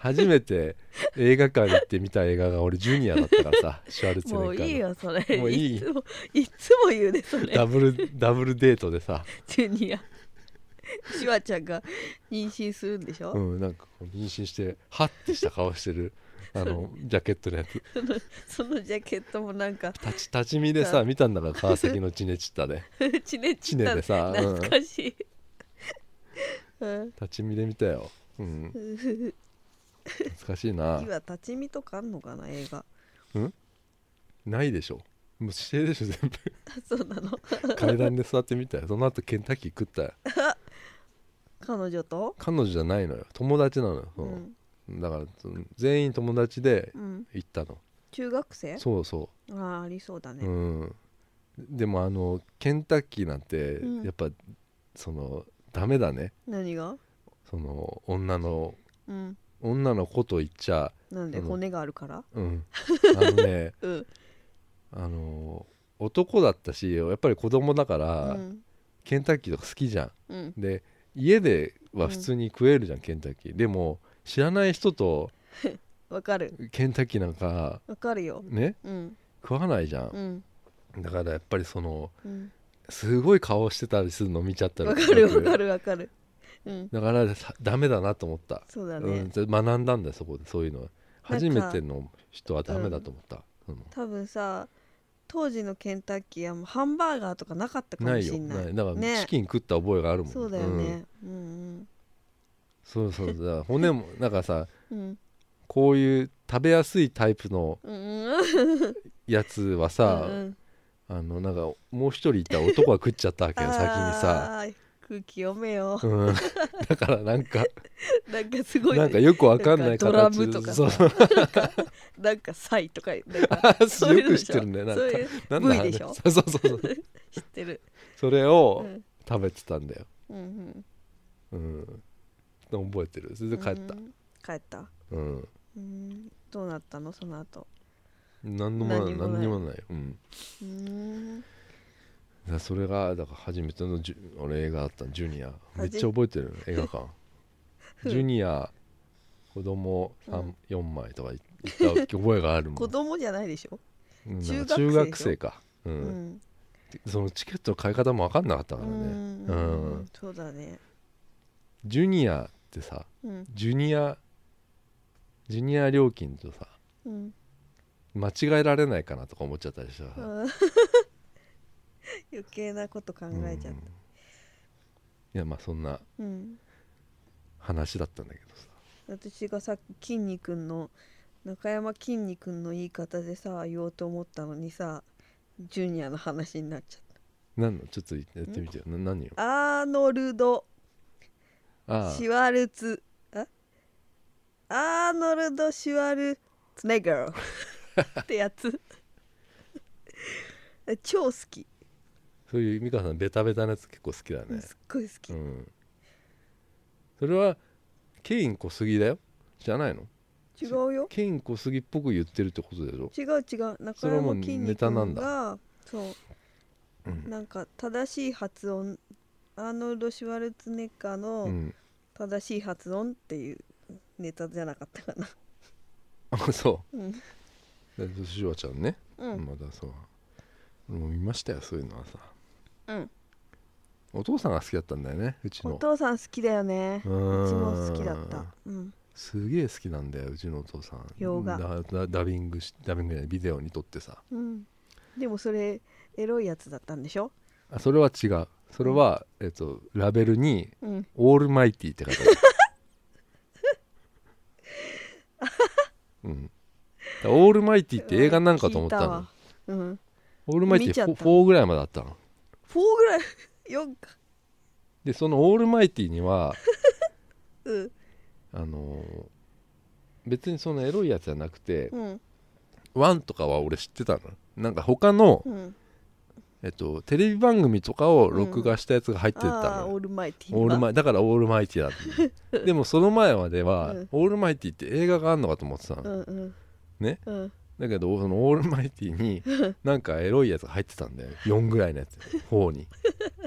Speaker 1: 初めて映画館に行って見た映画が俺ジュニアだったからさシュワルツェネ
Speaker 2: もう
Speaker 1: ッカ
Speaker 2: いい
Speaker 1: ーの
Speaker 2: よそれ
Speaker 1: もういい
Speaker 2: いつも (laughs) いつも言うねそれ
Speaker 1: ダブルダブルデートでさ、
Speaker 2: ジュニアシュワちゃんが妊娠するんでしょ、
Speaker 1: うん、なんかこう妊娠してハッてした顔してるあのジャケットのやつ
Speaker 2: そのジャケットもなんか (laughs)
Speaker 1: 立ち立ち見でさ見たんだから川崎のチネチッタで
Speaker 2: チネ
Speaker 1: チ
Speaker 2: チ
Speaker 1: ネ
Speaker 2: タ
Speaker 1: でさ、うん
Speaker 2: 懐
Speaker 1: (laughs)
Speaker 2: かしい、うん、
Speaker 1: 立ち見で見たよ、うん、懐かしいな
Speaker 2: 今立ち見とかあんのかな映画 (laughs)
Speaker 1: ないでしょもう指定でしょ全部
Speaker 2: あそうなの (laughs)
Speaker 1: 階段で座ってみたよその後ケンタッキー食ったよ
Speaker 2: 彼女と
Speaker 1: 彼女じゃないのよ友達なのよ、そうの
Speaker 2: ん、
Speaker 1: だからその全員友達で
Speaker 2: うん、
Speaker 1: 行ったの
Speaker 2: 中学生
Speaker 1: そうそ
Speaker 2: ああありそうだ
Speaker 1: う、
Speaker 2: ね、
Speaker 1: うんでもあのケンタッキーなんて
Speaker 2: うん
Speaker 1: やっぱ、そのダメだね
Speaker 2: 何が
Speaker 1: その女の
Speaker 2: うん
Speaker 1: 女の子と言っちゃ
Speaker 2: なんで
Speaker 1: その
Speaker 2: 骨があるから
Speaker 1: うん
Speaker 2: (laughs)
Speaker 1: あのね
Speaker 2: うん
Speaker 1: あの男だったしやっぱり子供だか
Speaker 2: う
Speaker 1: ら、
Speaker 2: ん
Speaker 1: ケンタッキーとか好きじゃん
Speaker 2: うん
Speaker 1: で家では普通に食えるじゃん、ケンタッキーでも知らない人と
Speaker 2: わかる
Speaker 1: ケンタッキーなんか
Speaker 2: わかるよ
Speaker 1: ね
Speaker 2: うん
Speaker 1: 食わないじゃ、
Speaker 2: うんん
Speaker 1: だからやっぱりその
Speaker 2: うん
Speaker 1: すごい顔してたりするの見ちゃったり
Speaker 2: わかるわ
Speaker 1: 僕
Speaker 2: かるわかるうん
Speaker 1: だからさダメだなと思った、
Speaker 2: そうだ
Speaker 1: うん、
Speaker 2: ね
Speaker 1: 学んだんだよそこでそういうのは
Speaker 2: なん
Speaker 1: 初
Speaker 2: か
Speaker 1: めての人はダメだと思った、その
Speaker 2: 多分さ当時のケンタッキーはもうハンバーガーとかなかったか
Speaker 1: な
Speaker 2: も
Speaker 1: い
Speaker 2: し
Speaker 1: よ
Speaker 2: んない
Speaker 1: ないだから
Speaker 2: ね
Speaker 1: チキン食った覚えがあるもん、
Speaker 2: そうだよ
Speaker 1: ん
Speaker 2: ねうん
Speaker 1: そうそうだから骨もなんかさ
Speaker 2: うんうん
Speaker 1: こういう食べやすいタイプの
Speaker 2: うんうん
Speaker 1: やつはさ、
Speaker 2: うん
Speaker 1: あのなんかもう一人いた男が食っちゃったわ
Speaker 2: (laughs)
Speaker 1: けよ先にさ、
Speaker 2: あー空気読めよ (laughs)
Speaker 1: うん、 (laughs) だからなんか
Speaker 2: なんかす (laughs) ごい
Speaker 1: なんかよくわかんない形
Speaker 2: なんかドラムとか
Speaker 1: そう
Speaker 2: なんかサイとかなんかそうい
Speaker 1: よ
Speaker 2: うの
Speaker 1: く
Speaker 2: で
Speaker 1: 知っ
Speaker 2: してょ
Speaker 1: るねなん
Speaker 2: そう
Speaker 1: か
Speaker 2: いう
Speaker 1: なんだあ
Speaker 2: V
Speaker 1: れ
Speaker 2: でし
Speaker 1: そう
Speaker 2: ょ
Speaker 1: そうそうそう
Speaker 2: (laughs) 知ってる
Speaker 1: それ
Speaker 2: う
Speaker 1: を
Speaker 2: ん
Speaker 1: 食べてたんだよ、
Speaker 2: うんう
Speaker 1: う
Speaker 2: ん
Speaker 1: ん、でも覚えてるそれで帰った
Speaker 2: うん帰った
Speaker 1: うん、
Speaker 2: うんどうなったのその後
Speaker 1: 何のもない
Speaker 2: 何もない
Speaker 1: 何にもないよ、うん、だ
Speaker 2: うん
Speaker 1: からそれがだから初めてのジュ俺映画だったのジュニア
Speaker 2: じ
Speaker 1: めっちゃ覚えてる映画
Speaker 2: (laughs)
Speaker 1: 館ジュニア子供
Speaker 2: う
Speaker 1: 三
Speaker 2: ん
Speaker 1: 4枚とか行った覚えがあるもん
Speaker 2: 子供じゃないでしょ
Speaker 1: うん
Speaker 2: 中
Speaker 1: なん
Speaker 2: 学
Speaker 1: か中
Speaker 2: 生でしょ
Speaker 1: 学生か、う
Speaker 2: うんん
Speaker 1: そのチケットの買い方も分かんなかった
Speaker 2: う
Speaker 1: からね、
Speaker 2: ん
Speaker 1: うん
Speaker 2: うんそうだね
Speaker 1: ジュニアってさ
Speaker 2: うん
Speaker 1: ジュニアジュニア料金とさ
Speaker 2: うん
Speaker 1: 間違えられないかなとか思っちゃったりしたら
Speaker 2: あ
Speaker 1: さ、
Speaker 2: ー (laughs) 余計なこと考えちゃっ
Speaker 1: うんいやまあそんな
Speaker 2: たうん
Speaker 1: 話だったんだけどさ
Speaker 2: 私がさっききんに君の中山きんに君の言い方でさ言おうと思ったのにさジュニアの話になっちゃっ
Speaker 1: 何のちょっとやってみてよな何よ
Speaker 2: たアーノルド・
Speaker 1: あ
Speaker 2: シュワルツあアーノルド・シュワルツェネッガ
Speaker 1: (laughs)
Speaker 2: ーってやつ (laughs) 超好き、
Speaker 1: そういう美香さんベタベタなやつ結構好きだね
Speaker 2: すっごい好き、
Speaker 1: うんそれはケイン小杉だよじゃないの
Speaker 2: 違うよ
Speaker 1: ケイン小杉っぽく言ってるってことでしょ、
Speaker 2: 違う違う中
Speaker 1: それはもう
Speaker 2: 山きん
Speaker 1: ネ
Speaker 2: に
Speaker 1: タなん
Speaker 2: 君
Speaker 1: だ
Speaker 2: がそう
Speaker 1: うん
Speaker 2: なんか正しい発音アーノルド・シュワルツェネッガー
Speaker 1: う
Speaker 2: の
Speaker 1: ん、
Speaker 2: 正しい発音っていうネタじゃなかったかな (laughs)
Speaker 1: あそう
Speaker 2: うん
Speaker 1: でシュワちゃんね、
Speaker 2: うん
Speaker 1: まだそう俺も見ましたよそういうのはさ
Speaker 2: うん
Speaker 1: お父さんが好きだったんだよねうち
Speaker 2: お
Speaker 1: の
Speaker 2: 父さん好きだよね
Speaker 1: う
Speaker 2: う
Speaker 1: ーん
Speaker 2: ちも好きだったうん
Speaker 1: すげえ好きなんだようちのお父さん
Speaker 2: 洋画
Speaker 1: だだダビングしダビングじゃないビデオに撮ってさ
Speaker 2: うんでもそれエロいやつだったんでしょ
Speaker 1: あそれは違うそれは、えっと、ラベルに
Speaker 2: うん
Speaker 1: 「オールマイティ」って書いて
Speaker 2: (laughs)
Speaker 1: あるうんだからオールマイティって映画なんかと思ったの
Speaker 2: 聞いわうん
Speaker 1: オールマイティ
Speaker 2: 見ちゃった
Speaker 1: 4, 4ぐらいまであったの
Speaker 2: 4ぐらい4か (laughs)
Speaker 1: でその「オールマイティ」には
Speaker 2: うん
Speaker 1: あのー別にそのエロいやつじゃなくて
Speaker 2: うん
Speaker 1: 「ワン」とかは俺知ってたのなんか他の、
Speaker 2: うん
Speaker 1: えっと、テレビ番組とかを録画したやつが入ってたの
Speaker 2: ああ
Speaker 1: よ、
Speaker 2: ーオールマイティー
Speaker 1: オールマイだからオールマイティだって
Speaker 2: (laughs)
Speaker 1: でもその前までは、
Speaker 2: うん
Speaker 1: オールマイティって映画があんのかと思ってたの、
Speaker 2: うんうん
Speaker 1: ね
Speaker 2: うん
Speaker 1: だけどそのオールマイティに
Speaker 2: (laughs)
Speaker 1: なんかエロいやつが入ってたんだよ4ぐらいのやつ方
Speaker 2: (laughs)
Speaker 1: に、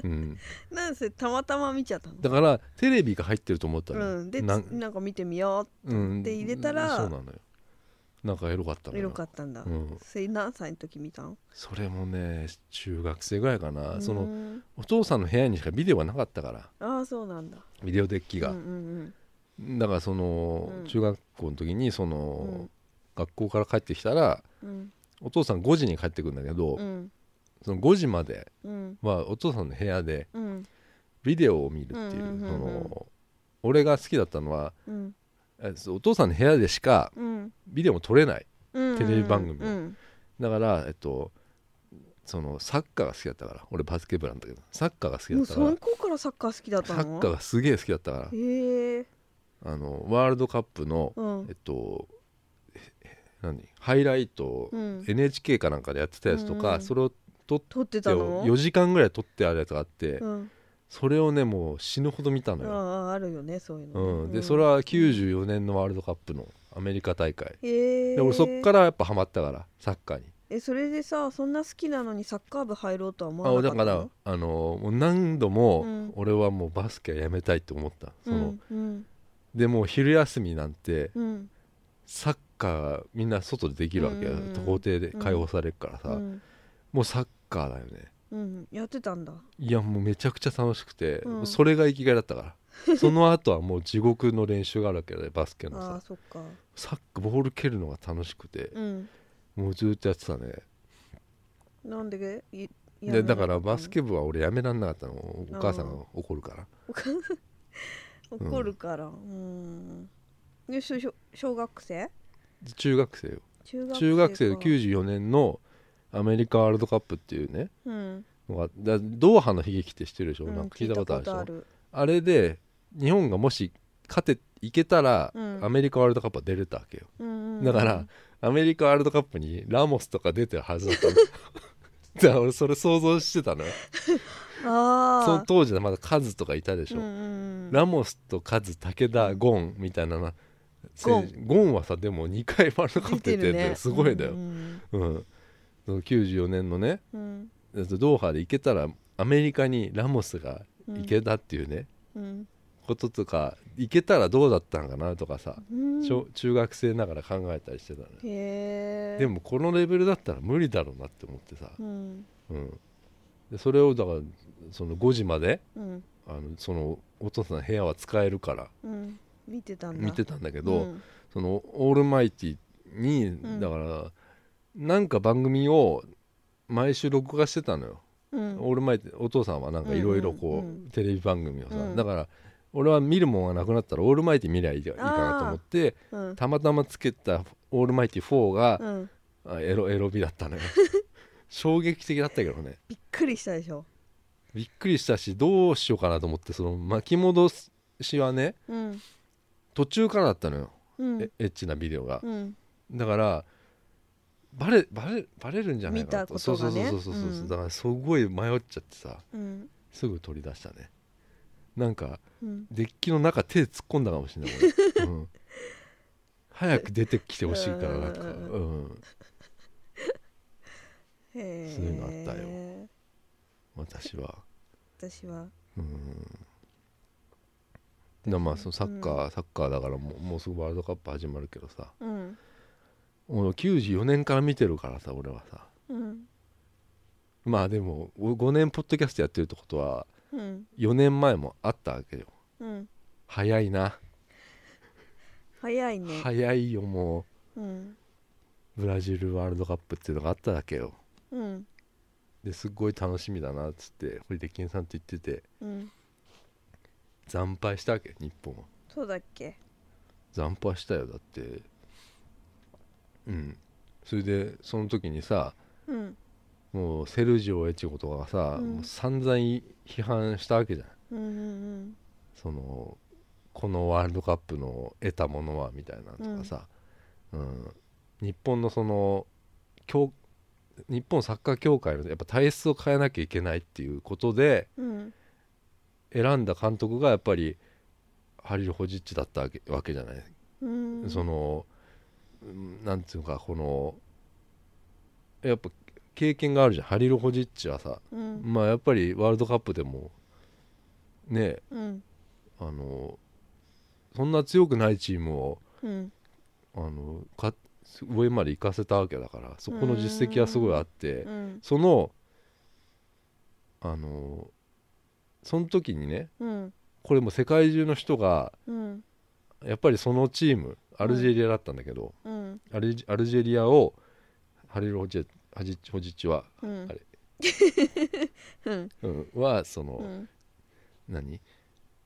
Speaker 1: うん、
Speaker 2: なんせたまたま見ちゃったの
Speaker 1: だからテレビが入ってると思ったの、
Speaker 2: うん、で
Speaker 1: な
Speaker 2: なんんか見てみよ
Speaker 1: うん
Speaker 2: で入れたら
Speaker 1: そうなのよなんかエロかった
Speaker 2: う
Speaker 1: の
Speaker 2: エ
Speaker 1: よ
Speaker 2: ロかったんだ、
Speaker 1: うん、
Speaker 2: それ何歳の時見たの
Speaker 1: それもね中学生ぐらいかな、そうの
Speaker 2: ん
Speaker 1: お父さんの部屋にしかビデオがなかったから
Speaker 2: ああそうなんだ
Speaker 1: ビデオデッキが、
Speaker 2: うんうん
Speaker 1: だからその、
Speaker 2: うん
Speaker 1: 中学校の時にその、
Speaker 2: うん
Speaker 1: 学校から帰ってきたら
Speaker 2: うん
Speaker 1: お父さん5時に帰ってくるんだけど、
Speaker 2: うん
Speaker 1: その5時まで
Speaker 2: うん
Speaker 1: はお父さんの部屋で
Speaker 2: うん
Speaker 1: ビデオを見るっていう,、
Speaker 2: うんうんうんうん
Speaker 1: その俺が好きだったのは
Speaker 2: うん
Speaker 1: えお父さんの部屋でしか
Speaker 2: うん
Speaker 1: ビデオも撮れない
Speaker 2: うん
Speaker 1: テレビ番組を
Speaker 2: うん
Speaker 1: だからえっとそのサッカーが好きだったから俺バスケ部なんだけどサッカーが好きだ
Speaker 2: も
Speaker 1: っ
Speaker 2: う
Speaker 1: た
Speaker 2: そ
Speaker 1: から
Speaker 2: の頃からサッカー好きだっ
Speaker 1: サ
Speaker 2: た
Speaker 1: ッ
Speaker 2: の
Speaker 1: カーがすげえ好きだったから
Speaker 2: へえ
Speaker 1: あのワールドカップの、
Speaker 2: うん
Speaker 1: えっとええ何ハイライトを
Speaker 2: うん、
Speaker 1: NHK かなんかでやってたやつとか、
Speaker 2: うんうん
Speaker 1: それを撮っ
Speaker 2: 撮って
Speaker 1: て
Speaker 2: たの
Speaker 1: 4時間ぐらい撮ってあるやつがあって、
Speaker 2: うん、
Speaker 1: それをねもう死ぬほど見た
Speaker 2: あ
Speaker 1: のよ、
Speaker 2: ああるよねそういう
Speaker 1: う
Speaker 2: の、
Speaker 1: んでそれ
Speaker 2: は
Speaker 1: は94年のワールドカップのアメリカ大会
Speaker 2: へえ
Speaker 1: で俺そっかららやっぱハマったからサッカーに
Speaker 2: えそれでさそんな好きなのにサッカー部入ろうとは思
Speaker 1: あ
Speaker 2: わ
Speaker 1: だ
Speaker 2: なか
Speaker 1: か
Speaker 2: った
Speaker 1: ら
Speaker 2: の
Speaker 1: あのもう何度
Speaker 2: う
Speaker 1: も
Speaker 2: ん
Speaker 1: 俺はもうバスケはやめたいって思った、その
Speaker 2: うん
Speaker 1: でもう昼休みなんて
Speaker 2: うんうん
Speaker 1: サッカーみんな外でできるわけよ、
Speaker 2: うんうんうん
Speaker 1: 校庭で解放されるからさ、
Speaker 2: うん
Speaker 1: もうサッカーだよね
Speaker 2: うんやってたんだ
Speaker 1: いやもうめちゃくちゃ楽しくて、
Speaker 2: うん
Speaker 1: それが生きがいだったから
Speaker 2: (laughs)
Speaker 1: その後はもう地獄の練習があるわけでバスケの
Speaker 2: ああ
Speaker 1: さ
Speaker 2: そっか
Speaker 1: サッカーボール蹴るのが楽しくて、
Speaker 2: うん
Speaker 1: もうずっとやってたね
Speaker 2: なんでいやめな
Speaker 1: でだからバス
Speaker 2: ケ
Speaker 1: ケ部は俺やめらんなかったのお
Speaker 2: あー
Speaker 1: 母さんが怒るから
Speaker 2: 怒るからうんでしょしょ小学生
Speaker 1: 中学生よ
Speaker 2: 中学生
Speaker 1: 中学生の
Speaker 2: か
Speaker 1: 94年のアメリカワールドカップっていうね
Speaker 2: うん
Speaker 1: のがだドーハの悲劇って知ってるでしょ、
Speaker 2: うん
Speaker 1: なんか聞いたことあるでしょあ
Speaker 2: る
Speaker 1: れで日本がもし勝ていけたら、
Speaker 2: うん
Speaker 1: アメリカワールドカップは出れたわけよ
Speaker 2: うんうんうん
Speaker 1: だからアメリカワールドカップにラモスとか出てるはずだったのだ
Speaker 2: (laughs)
Speaker 1: から俺それ想像してたのよ
Speaker 2: ああ
Speaker 1: その当時はまだカズとかいたでしょ、
Speaker 2: うんうんうん
Speaker 1: ラモスとカズ武田ゴンみたいなな
Speaker 2: ゴン
Speaker 1: 選手ゴンはさでも2回ワールドカップ出てるんだよ
Speaker 2: ね
Speaker 1: すごいだよ
Speaker 2: う、ん
Speaker 1: うんその94年のね
Speaker 2: うん
Speaker 1: えっとドーハで行けたらアメリカにラモスが
Speaker 2: うん
Speaker 1: 行けたっていうね、
Speaker 2: うん
Speaker 1: こととか行けたらどうだったんかなとかさ、
Speaker 2: うん
Speaker 1: 小中学生ながら考えたりしてたのよ
Speaker 2: へえ
Speaker 1: でもこのレベルだったら無理だろうなって思ってさ、
Speaker 2: うん
Speaker 1: うん、でそれをだからその5時まで
Speaker 2: うん
Speaker 1: あのそのお父さんの部屋は使えるから
Speaker 2: うん見てたんだ
Speaker 1: 見て
Speaker 2: た
Speaker 1: たんだけど、そのオールマイティに、
Speaker 2: ん
Speaker 1: だからなんか番組を毎週録画してたのよ、
Speaker 2: うん
Speaker 1: 俺前お父さんはなんかいろいろこう、
Speaker 2: うんうんうん
Speaker 1: テレビ番組をさ、
Speaker 2: うん
Speaker 1: だから俺は見るもんがなくなったら「オールマイティ」見りゃいいかなと思って
Speaker 2: うん
Speaker 1: たまたまつけた「オールマイティ4が」
Speaker 2: うん
Speaker 1: あエロエロビだ
Speaker 2: (laughs)
Speaker 1: ったのよ衝撃的だったけどね
Speaker 2: びっくりしたでしょ、
Speaker 1: びっくりしたしどうしようかなと思ってその巻き戻しはね
Speaker 2: うん
Speaker 1: 途中からだったのよ、
Speaker 2: うん
Speaker 1: えエッチなビデオが
Speaker 2: う、ん
Speaker 1: だからバレバレバレるんじゃないかな
Speaker 2: 見たことがね
Speaker 1: そうそうそうそうそう、
Speaker 2: うん
Speaker 1: だからすごい迷っちゃってさ
Speaker 2: うん
Speaker 1: すぐ取り出したねなんか
Speaker 2: うん
Speaker 1: デッキの中手突っ込んだかもしれない
Speaker 2: (laughs)
Speaker 1: 俺、うん、早く出てきてほしいからなんか、う
Speaker 2: うん
Speaker 1: ん
Speaker 2: へえ
Speaker 1: そういうのあった私は、
Speaker 2: 私は
Speaker 1: うん、なまあそのサッカー、サッカーだからもうもうすぐワールドカップ始まるけどさ
Speaker 2: うん
Speaker 1: 俺94年から見てるからさ俺はさ
Speaker 2: うん
Speaker 1: まあでも5年ポッドキャストやってるってことは
Speaker 2: うん
Speaker 1: 4年前もあったわけよ
Speaker 2: うん
Speaker 1: 早いな、
Speaker 2: 早いね、
Speaker 1: 早いよも
Speaker 2: うん
Speaker 1: うブラジルワールドカップっていうのがあったわけよ
Speaker 2: うん
Speaker 1: ですっごい楽しみだなっつって堀出健さんと言ってて
Speaker 2: うん
Speaker 1: 惨敗したわけ日本は
Speaker 2: そうだっけ
Speaker 1: 惨敗したよだってうんそれでその時にさ
Speaker 2: うん
Speaker 1: もうセルジオ越後とかがさ、
Speaker 2: うん
Speaker 1: もう散々批判したわけじゃん
Speaker 2: うんうん
Speaker 1: そのこのワールドカップの得たものはみたいなのとかさ、うん日本のその協日本サッカー協会のやっぱ体質を変えなきゃいけないっていうことで
Speaker 2: うん
Speaker 1: 選んだ監督がやっぱりハリル・ホジッチだったわけわけじゃない、
Speaker 2: うんうん
Speaker 1: そのうんなんていうかこのやっぱ経験があるじゃんハリル・ホジッチはさ、
Speaker 2: うん
Speaker 1: まあやっぱりワールドカップでもね
Speaker 2: うん
Speaker 1: あのそんな強くないチームを
Speaker 2: うん
Speaker 1: あのか上まで行かせたわけだからそこの実績はすごいあって
Speaker 2: うん
Speaker 1: そのあのその時にね
Speaker 2: うん
Speaker 1: これも世界中の人が
Speaker 2: うん
Speaker 1: やっぱりそのチームアルジェリアだったんだけど、
Speaker 2: うん
Speaker 1: アルジアルジェリアをハリル・ホジェハジホジッチは、
Speaker 2: うん
Speaker 1: あれ
Speaker 2: うん
Speaker 1: うん、はその、
Speaker 2: うん
Speaker 1: 何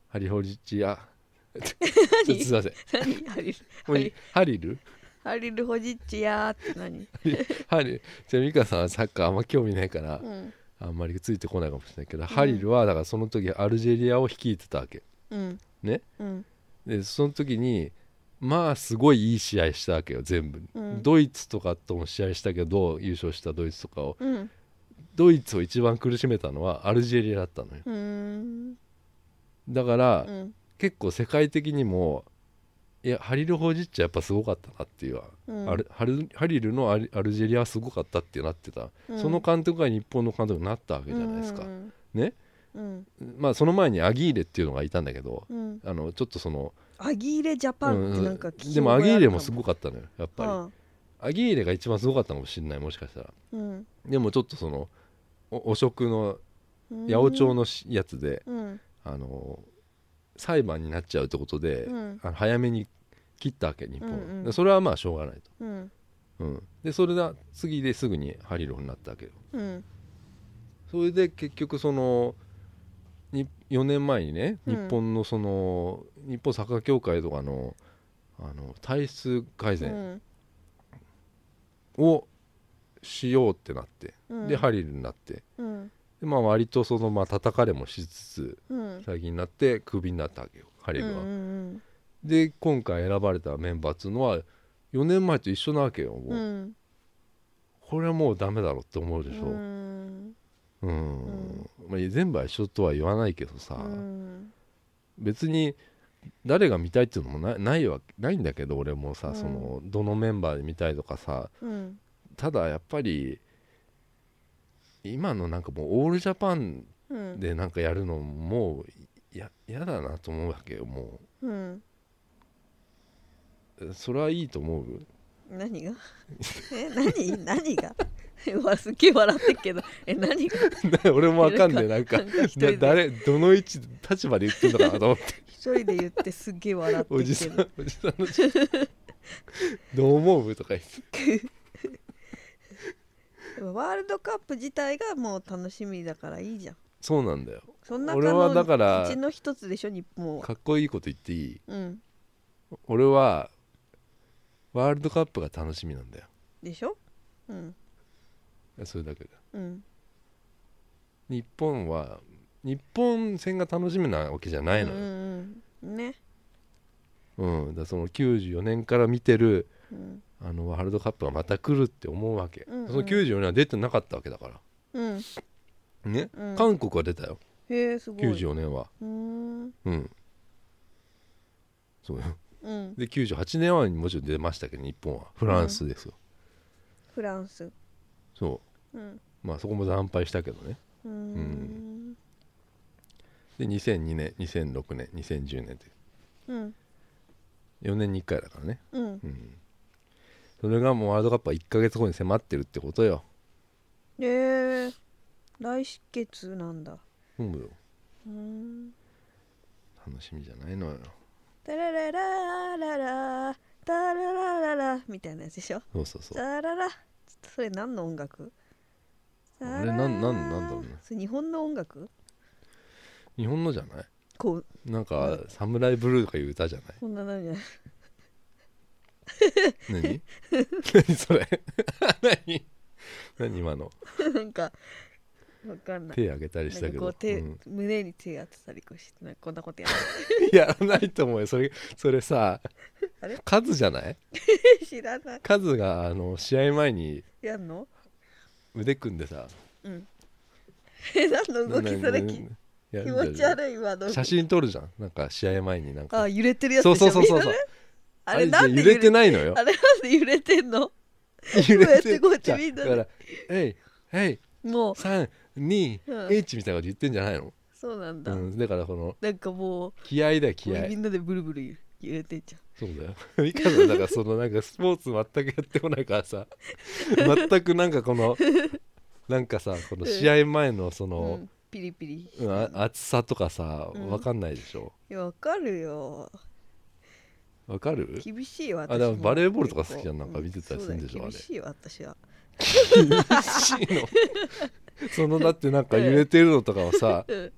Speaker 1: ハリル・ホジッチやちょ
Speaker 2: (laughs) 何
Speaker 1: すいません
Speaker 2: 何ハリル
Speaker 1: もういいハリル
Speaker 2: ハリルホジッチやーって何
Speaker 1: ハリルじゃあ美香さんはサッカーあんま興味ないから
Speaker 2: うん
Speaker 1: あんまりついてこないかもしれないけど、ハリルはだからその時アルジェリアを率いてたわけ
Speaker 2: うん
Speaker 1: ね
Speaker 2: うん
Speaker 1: でその時にまあすごいいい試合したわけよ全部、
Speaker 2: うん
Speaker 1: ドイツとかとも試合したけど優勝したドイツとかを
Speaker 2: うん
Speaker 1: ドイツを一番苦しめたのはアルジェリアだったのよ
Speaker 2: うーん
Speaker 1: だから、
Speaker 2: うん
Speaker 1: 結構世界的にもいやハリル・ホジッチはやっぱすごかったなっていうわ、
Speaker 2: うん
Speaker 1: あるハルハリルのアルアルジェリアはすごかったってなってた、
Speaker 2: うん
Speaker 1: その監督が日本の監督になったわけじゃないですか、
Speaker 2: うん
Speaker 1: ね
Speaker 2: うん
Speaker 1: まあその前にアギーレっていうのがいたんだけど
Speaker 2: うん
Speaker 1: あのちょっとその、
Speaker 2: アギーレジャパンってなんか聞
Speaker 1: うん
Speaker 2: き
Speaker 1: でもアギーレもす
Speaker 2: い
Speaker 1: ごかったのよやっぱり、アギーレが一番すごかったかもしれないもしかしたら
Speaker 2: うん
Speaker 1: でもちょっとそのお汚職の
Speaker 2: うん
Speaker 1: 八百長のしやつで、
Speaker 2: うん
Speaker 1: あの裁判になっちゃうってことで、
Speaker 2: うん
Speaker 1: あの早めに切ったわけ日本は、
Speaker 2: うんうん
Speaker 1: でそれはまあしょうがないと、
Speaker 2: うん
Speaker 1: うん、でそれが次ですぐにハリロフになったわけよ
Speaker 2: うん
Speaker 1: それで結局そのに4年前にね
Speaker 2: う
Speaker 1: 日
Speaker 2: ん
Speaker 1: 本のその、日本サッカー協会とかのあの体質改
Speaker 2: う
Speaker 1: 善
Speaker 2: ん
Speaker 1: をしようってなって、
Speaker 2: うん
Speaker 1: でハリルになって
Speaker 2: うん
Speaker 1: で、まあ、割とそのまあ叩かれもしつつ
Speaker 2: うん
Speaker 1: 最近になってクビになったわけよハリ
Speaker 2: う
Speaker 1: ルは。
Speaker 2: ん
Speaker 1: で今回選ばれたメンバーっつうのは4年前と一緒なわけよもう、
Speaker 2: うん
Speaker 1: これはもうダメだろって思うでしょ
Speaker 2: う
Speaker 1: うんんまあ、全部は一緒とは言わないけどさ、
Speaker 2: うん
Speaker 1: 別に誰が見たいっていうのもなないわないんだけど俺もさ、
Speaker 2: うん
Speaker 1: そのどのメンバーで見たいとかさ
Speaker 2: うん
Speaker 1: ただやっぱり今のなんかもうオールジャパン
Speaker 2: うん
Speaker 1: でなんかやるのもうや嫌だなと思うわけよも
Speaker 2: うん
Speaker 1: うそれはいいと思う (laughs)
Speaker 2: 何が (laughs) え何何が (laughs) うわすっげえ笑ってっけどえ何が
Speaker 1: 俺もわかんねえなんか
Speaker 2: なんか一人
Speaker 1: だ誰
Speaker 2: で
Speaker 1: どの位置立場で言ってんのかなと思っ
Speaker 2: (laughs)
Speaker 1: て
Speaker 2: 一人で言ってすっげえ笑ってっ
Speaker 1: おじ
Speaker 2: け
Speaker 1: さ
Speaker 2: ど
Speaker 1: んおじさんのどう思うとか言って
Speaker 2: でもワールドカップ自体がもう楽しみだからいいじゃん
Speaker 1: そうなんだよ
Speaker 2: そんな
Speaker 1: 俺はだから
Speaker 2: うちの一つでしょ日本は
Speaker 1: かっこいいこと言っていい
Speaker 2: うん
Speaker 1: 俺はワールドカップが楽しみなんだよ
Speaker 2: でしょうん
Speaker 1: それだけだ
Speaker 2: うん
Speaker 1: 日本は日本戦が楽しみなわけじゃないの
Speaker 2: う
Speaker 1: よ、
Speaker 2: んうんね
Speaker 1: うんだからその94年から見てる
Speaker 2: うん
Speaker 1: あのワールドカップがまた来るって思うわけ、
Speaker 2: うんうん
Speaker 1: その94年は出てなかったわけだか
Speaker 2: うん
Speaker 1: らね、
Speaker 2: うん
Speaker 1: 韓国は出たよ
Speaker 2: へえすごい
Speaker 1: 94年は
Speaker 2: うーん
Speaker 1: うんそうよ
Speaker 2: うん
Speaker 1: で98年はもちろん出ましたけど日本はフランスですよ、
Speaker 2: フランス
Speaker 1: そ
Speaker 2: うん
Speaker 1: うまあそこも惨敗したけどね
Speaker 2: うーん
Speaker 1: で2002年2006年2010年って
Speaker 2: うん
Speaker 1: 4年に1回だからね
Speaker 2: うん
Speaker 1: うんそれがもうワールドカップは1ヶ月後に迫ってるってことよ
Speaker 2: へえ来月なんだ
Speaker 1: そうよ
Speaker 2: うーん
Speaker 1: 楽しみじゃないのよ
Speaker 2: タラララララタララララみたいなやつでしょ
Speaker 1: そうそうそう
Speaker 2: タララちょっとそれ何の音楽
Speaker 1: あれなんなんなんだろうね
Speaker 2: それ日本の音楽
Speaker 1: 日本のじゃない
Speaker 2: こう
Speaker 1: なんか「サムライブルー」とかいう歌じゃない
Speaker 2: こんなのじゃない
Speaker 1: 何 (laughs) 何それ (laughs) 何何今の
Speaker 2: (laughs) なんかわかんない
Speaker 1: 手あげたりし
Speaker 2: な
Speaker 1: た
Speaker 2: ん
Speaker 1: け
Speaker 2: か
Speaker 1: ど
Speaker 2: こう手、
Speaker 1: うん
Speaker 2: 胸に手当てたりこうしてなんかこんなことやる
Speaker 1: やらないと思うよそれそれさ
Speaker 2: あれ
Speaker 1: カズじゃない
Speaker 2: 知らない
Speaker 1: カズがあの試合前に
Speaker 2: やんの
Speaker 1: 腕組んでさ
Speaker 2: うんえ何の動きそれき
Speaker 1: や
Speaker 2: 気
Speaker 1: るんだよね
Speaker 2: 持ち悪い今の
Speaker 1: 写真撮るじゃんなんか試合前になん
Speaker 2: あ
Speaker 1: か
Speaker 2: 揺れてるやつ
Speaker 1: そう
Speaker 2: でし
Speaker 1: そ
Speaker 2: ょ
Speaker 1: うそうそう
Speaker 2: みん
Speaker 1: そ
Speaker 2: な
Speaker 1: う
Speaker 2: ねあ
Speaker 1: あ
Speaker 2: れ
Speaker 1: れ
Speaker 2: なんで
Speaker 1: 揺れて
Speaker 2: い
Speaker 1: ないのよ
Speaker 2: あれなんで揺れてんの
Speaker 1: 揺れ
Speaker 2: こうやって
Speaker 1: て
Speaker 2: こうやって
Speaker 1: じゃあ
Speaker 2: みん
Speaker 1: だ
Speaker 2: なで
Speaker 1: から「えいえい
Speaker 2: もう
Speaker 1: 321み
Speaker 2: うん
Speaker 1: たいなこと言ってんじゃないの
Speaker 2: そうなんだ、
Speaker 1: うんだからこの
Speaker 2: なんかもう
Speaker 1: 気合だよ気
Speaker 2: も
Speaker 1: 合
Speaker 2: うみんなでブルブル揺れてんじゃん
Speaker 1: そうだよ (laughs) いかさんだからそのなんかスポーツ全くやってこないからさ全くなんかこのなんかさこの試合前のその
Speaker 2: う、ん、ピリピリ
Speaker 1: うんあ暑さとかさ
Speaker 2: うん
Speaker 1: わかんないでしょ
Speaker 2: いやわかるよ
Speaker 1: わかる
Speaker 2: 厳しいよ私
Speaker 1: あでもバレーボールとか好きじゃん
Speaker 2: 結構
Speaker 1: なんか見てたりするんでしょ
Speaker 2: う
Speaker 1: あれ
Speaker 2: そうだよ厳しいよ私は
Speaker 1: 厳しいの (laughs) そのだってなんか揺れてるのとかを
Speaker 2: (laughs)
Speaker 1: さ
Speaker 2: うん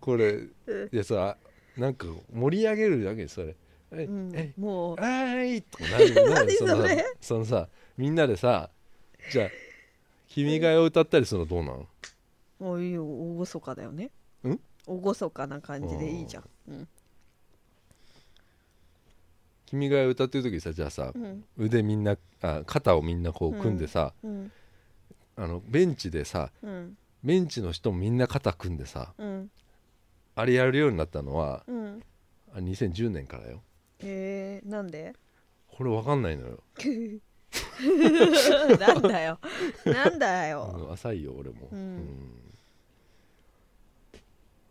Speaker 1: これ
Speaker 2: うん
Speaker 1: いやさなんか盛り上げるだけでそれ「えい、
Speaker 2: うん
Speaker 1: えい
Speaker 2: もう
Speaker 1: あーい!」とかなるよなる
Speaker 2: (laughs) 何
Speaker 1: その
Speaker 2: それ
Speaker 1: そのさみんなでさじゃあ「君が代」を歌ったりするのどうなの
Speaker 2: もういいよ大そかだよね
Speaker 1: ん
Speaker 2: 大そかな感じでいいじゃんうん
Speaker 1: 君が代を歌ってる時にさじゃあさ
Speaker 2: うん
Speaker 1: 腕みんなあ肩をみんなこう組んでさ、
Speaker 2: うん
Speaker 1: あのベンチでさ
Speaker 2: うん
Speaker 1: ベンチの人もみんな肩組んでさ
Speaker 2: うん
Speaker 1: あれやるようになったのは
Speaker 2: うん
Speaker 1: あ2010年からよ
Speaker 2: えー、なん
Speaker 1: (laughs)
Speaker 2: で
Speaker 1: これわかんないのよ、
Speaker 2: なんだよなんだ
Speaker 1: う
Speaker 2: よ
Speaker 1: ん浅いよ俺も、
Speaker 2: うん
Speaker 1: うん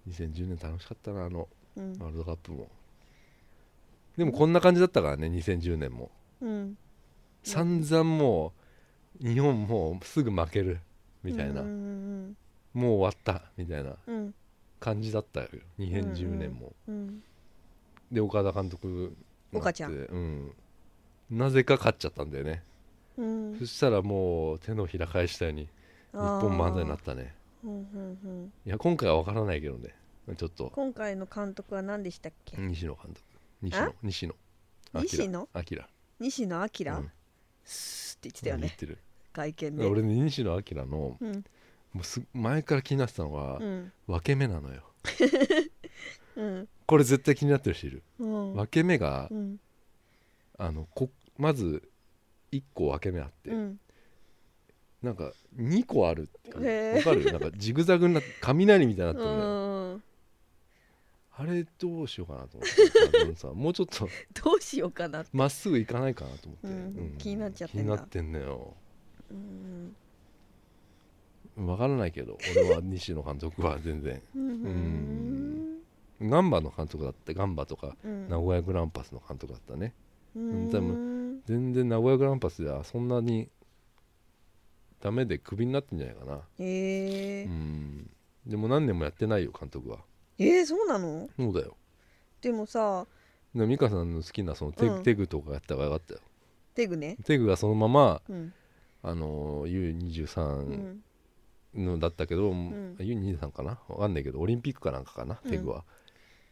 Speaker 1: 2010年楽しかったなあの
Speaker 2: うん
Speaker 1: ワールドカップもでもこんな感じだったからね2010年も
Speaker 2: うん
Speaker 1: 散々もう日本もうすぐ負けるみたいな、
Speaker 2: うんうん
Speaker 1: もう終わったみたいな
Speaker 2: うんうん
Speaker 1: 感じだったよ2010年も、
Speaker 2: うん
Speaker 1: で岡田監督にな
Speaker 2: 岡
Speaker 1: って
Speaker 2: ちゃん
Speaker 1: うんなぜか勝っちゃったんだよね、
Speaker 2: うん
Speaker 1: そしたらもう手のひら返したように日本漫才になったね
Speaker 2: うんうんうん
Speaker 1: いや今回は分からないけどねちょっと
Speaker 2: 今回の監督は何でしたっけ
Speaker 1: 西野監督西野
Speaker 2: あ
Speaker 1: 西野
Speaker 2: 西野
Speaker 1: 明明
Speaker 2: 西野明、
Speaker 1: うん
Speaker 2: スーって言ってたよ
Speaker 1: 言っ
Speaker 2: ね
Speaker 1: てる
Speaker 2: 会見で
Speaker 1: 俺ね西野明の
Speaker 2: うん
Speaker 1: もうす前から気になってたのは、
Speaker 2: うん
Speaker 1: 分け目なのよ
Speaker 2: うん
Speaker 1: これ絶対気になってる人いる、
Speaker 2: うん
Speaker 1: 分け目が、
Speaker 2: うん
Speaker 1: あのこまず1個分け目あって、
Speaker 2: うん
Speaker 1: なんか2個あるって感じ
Speaker 2: へー
Speaker 1: わかるなんかジグザグになって雷みたいになってるのよ、
Speaker 2: うん
Speaker 1: あれどうしようかなと思ってあのさもうちょっと
Speaker 2: どうしようかな
Speaker 1: まっすぐ行かないかなと思って、
Speaker 2: うん気になっちゃっ
Speaker 1: 気
Speaker 2: てん
Speaker 1: に
Speaker 2: だ
Speaker 1: なってんのよ
Speaker 2: うん
Speaker 1: 分からないけど俺は西野監督は全然
Speaker 2: うん
Speaker 1: ガンバの監督だってガンバとか
Speaker 2: うん
Speaker 1: 名古屋グランパスの監督だったね、
Speaker 2: うん
Speaker 1: 多全然名古屋グランパスではそんなにダメでクビになってんじゃないかな
Speaker 2: え
Speaker 1: う
Speaker 2: ー
Speaker 1: んでも何年もやってないよ監督は
Speaker 2: えーそうなの
Speaker 1: そうだよ
Speaker 2: でもさ
Speaker 1: で美香さんの好きなそのテグ,、
Speaker 2: うん
Speaker 1: テグとかやったらよかったよ
Speaker 2: テグね
Speaker 1: テグがそのまま
Speaker 2: うん
Speaker 1: あの U23
Speaker 2: ん
Speaker 1: のだったけど、
Speaker 2: ん
Speaker 1: U23 かなわかんないけどオリンピックかなんかかな
Speaker 2: うん
Speaker 1: ペグは、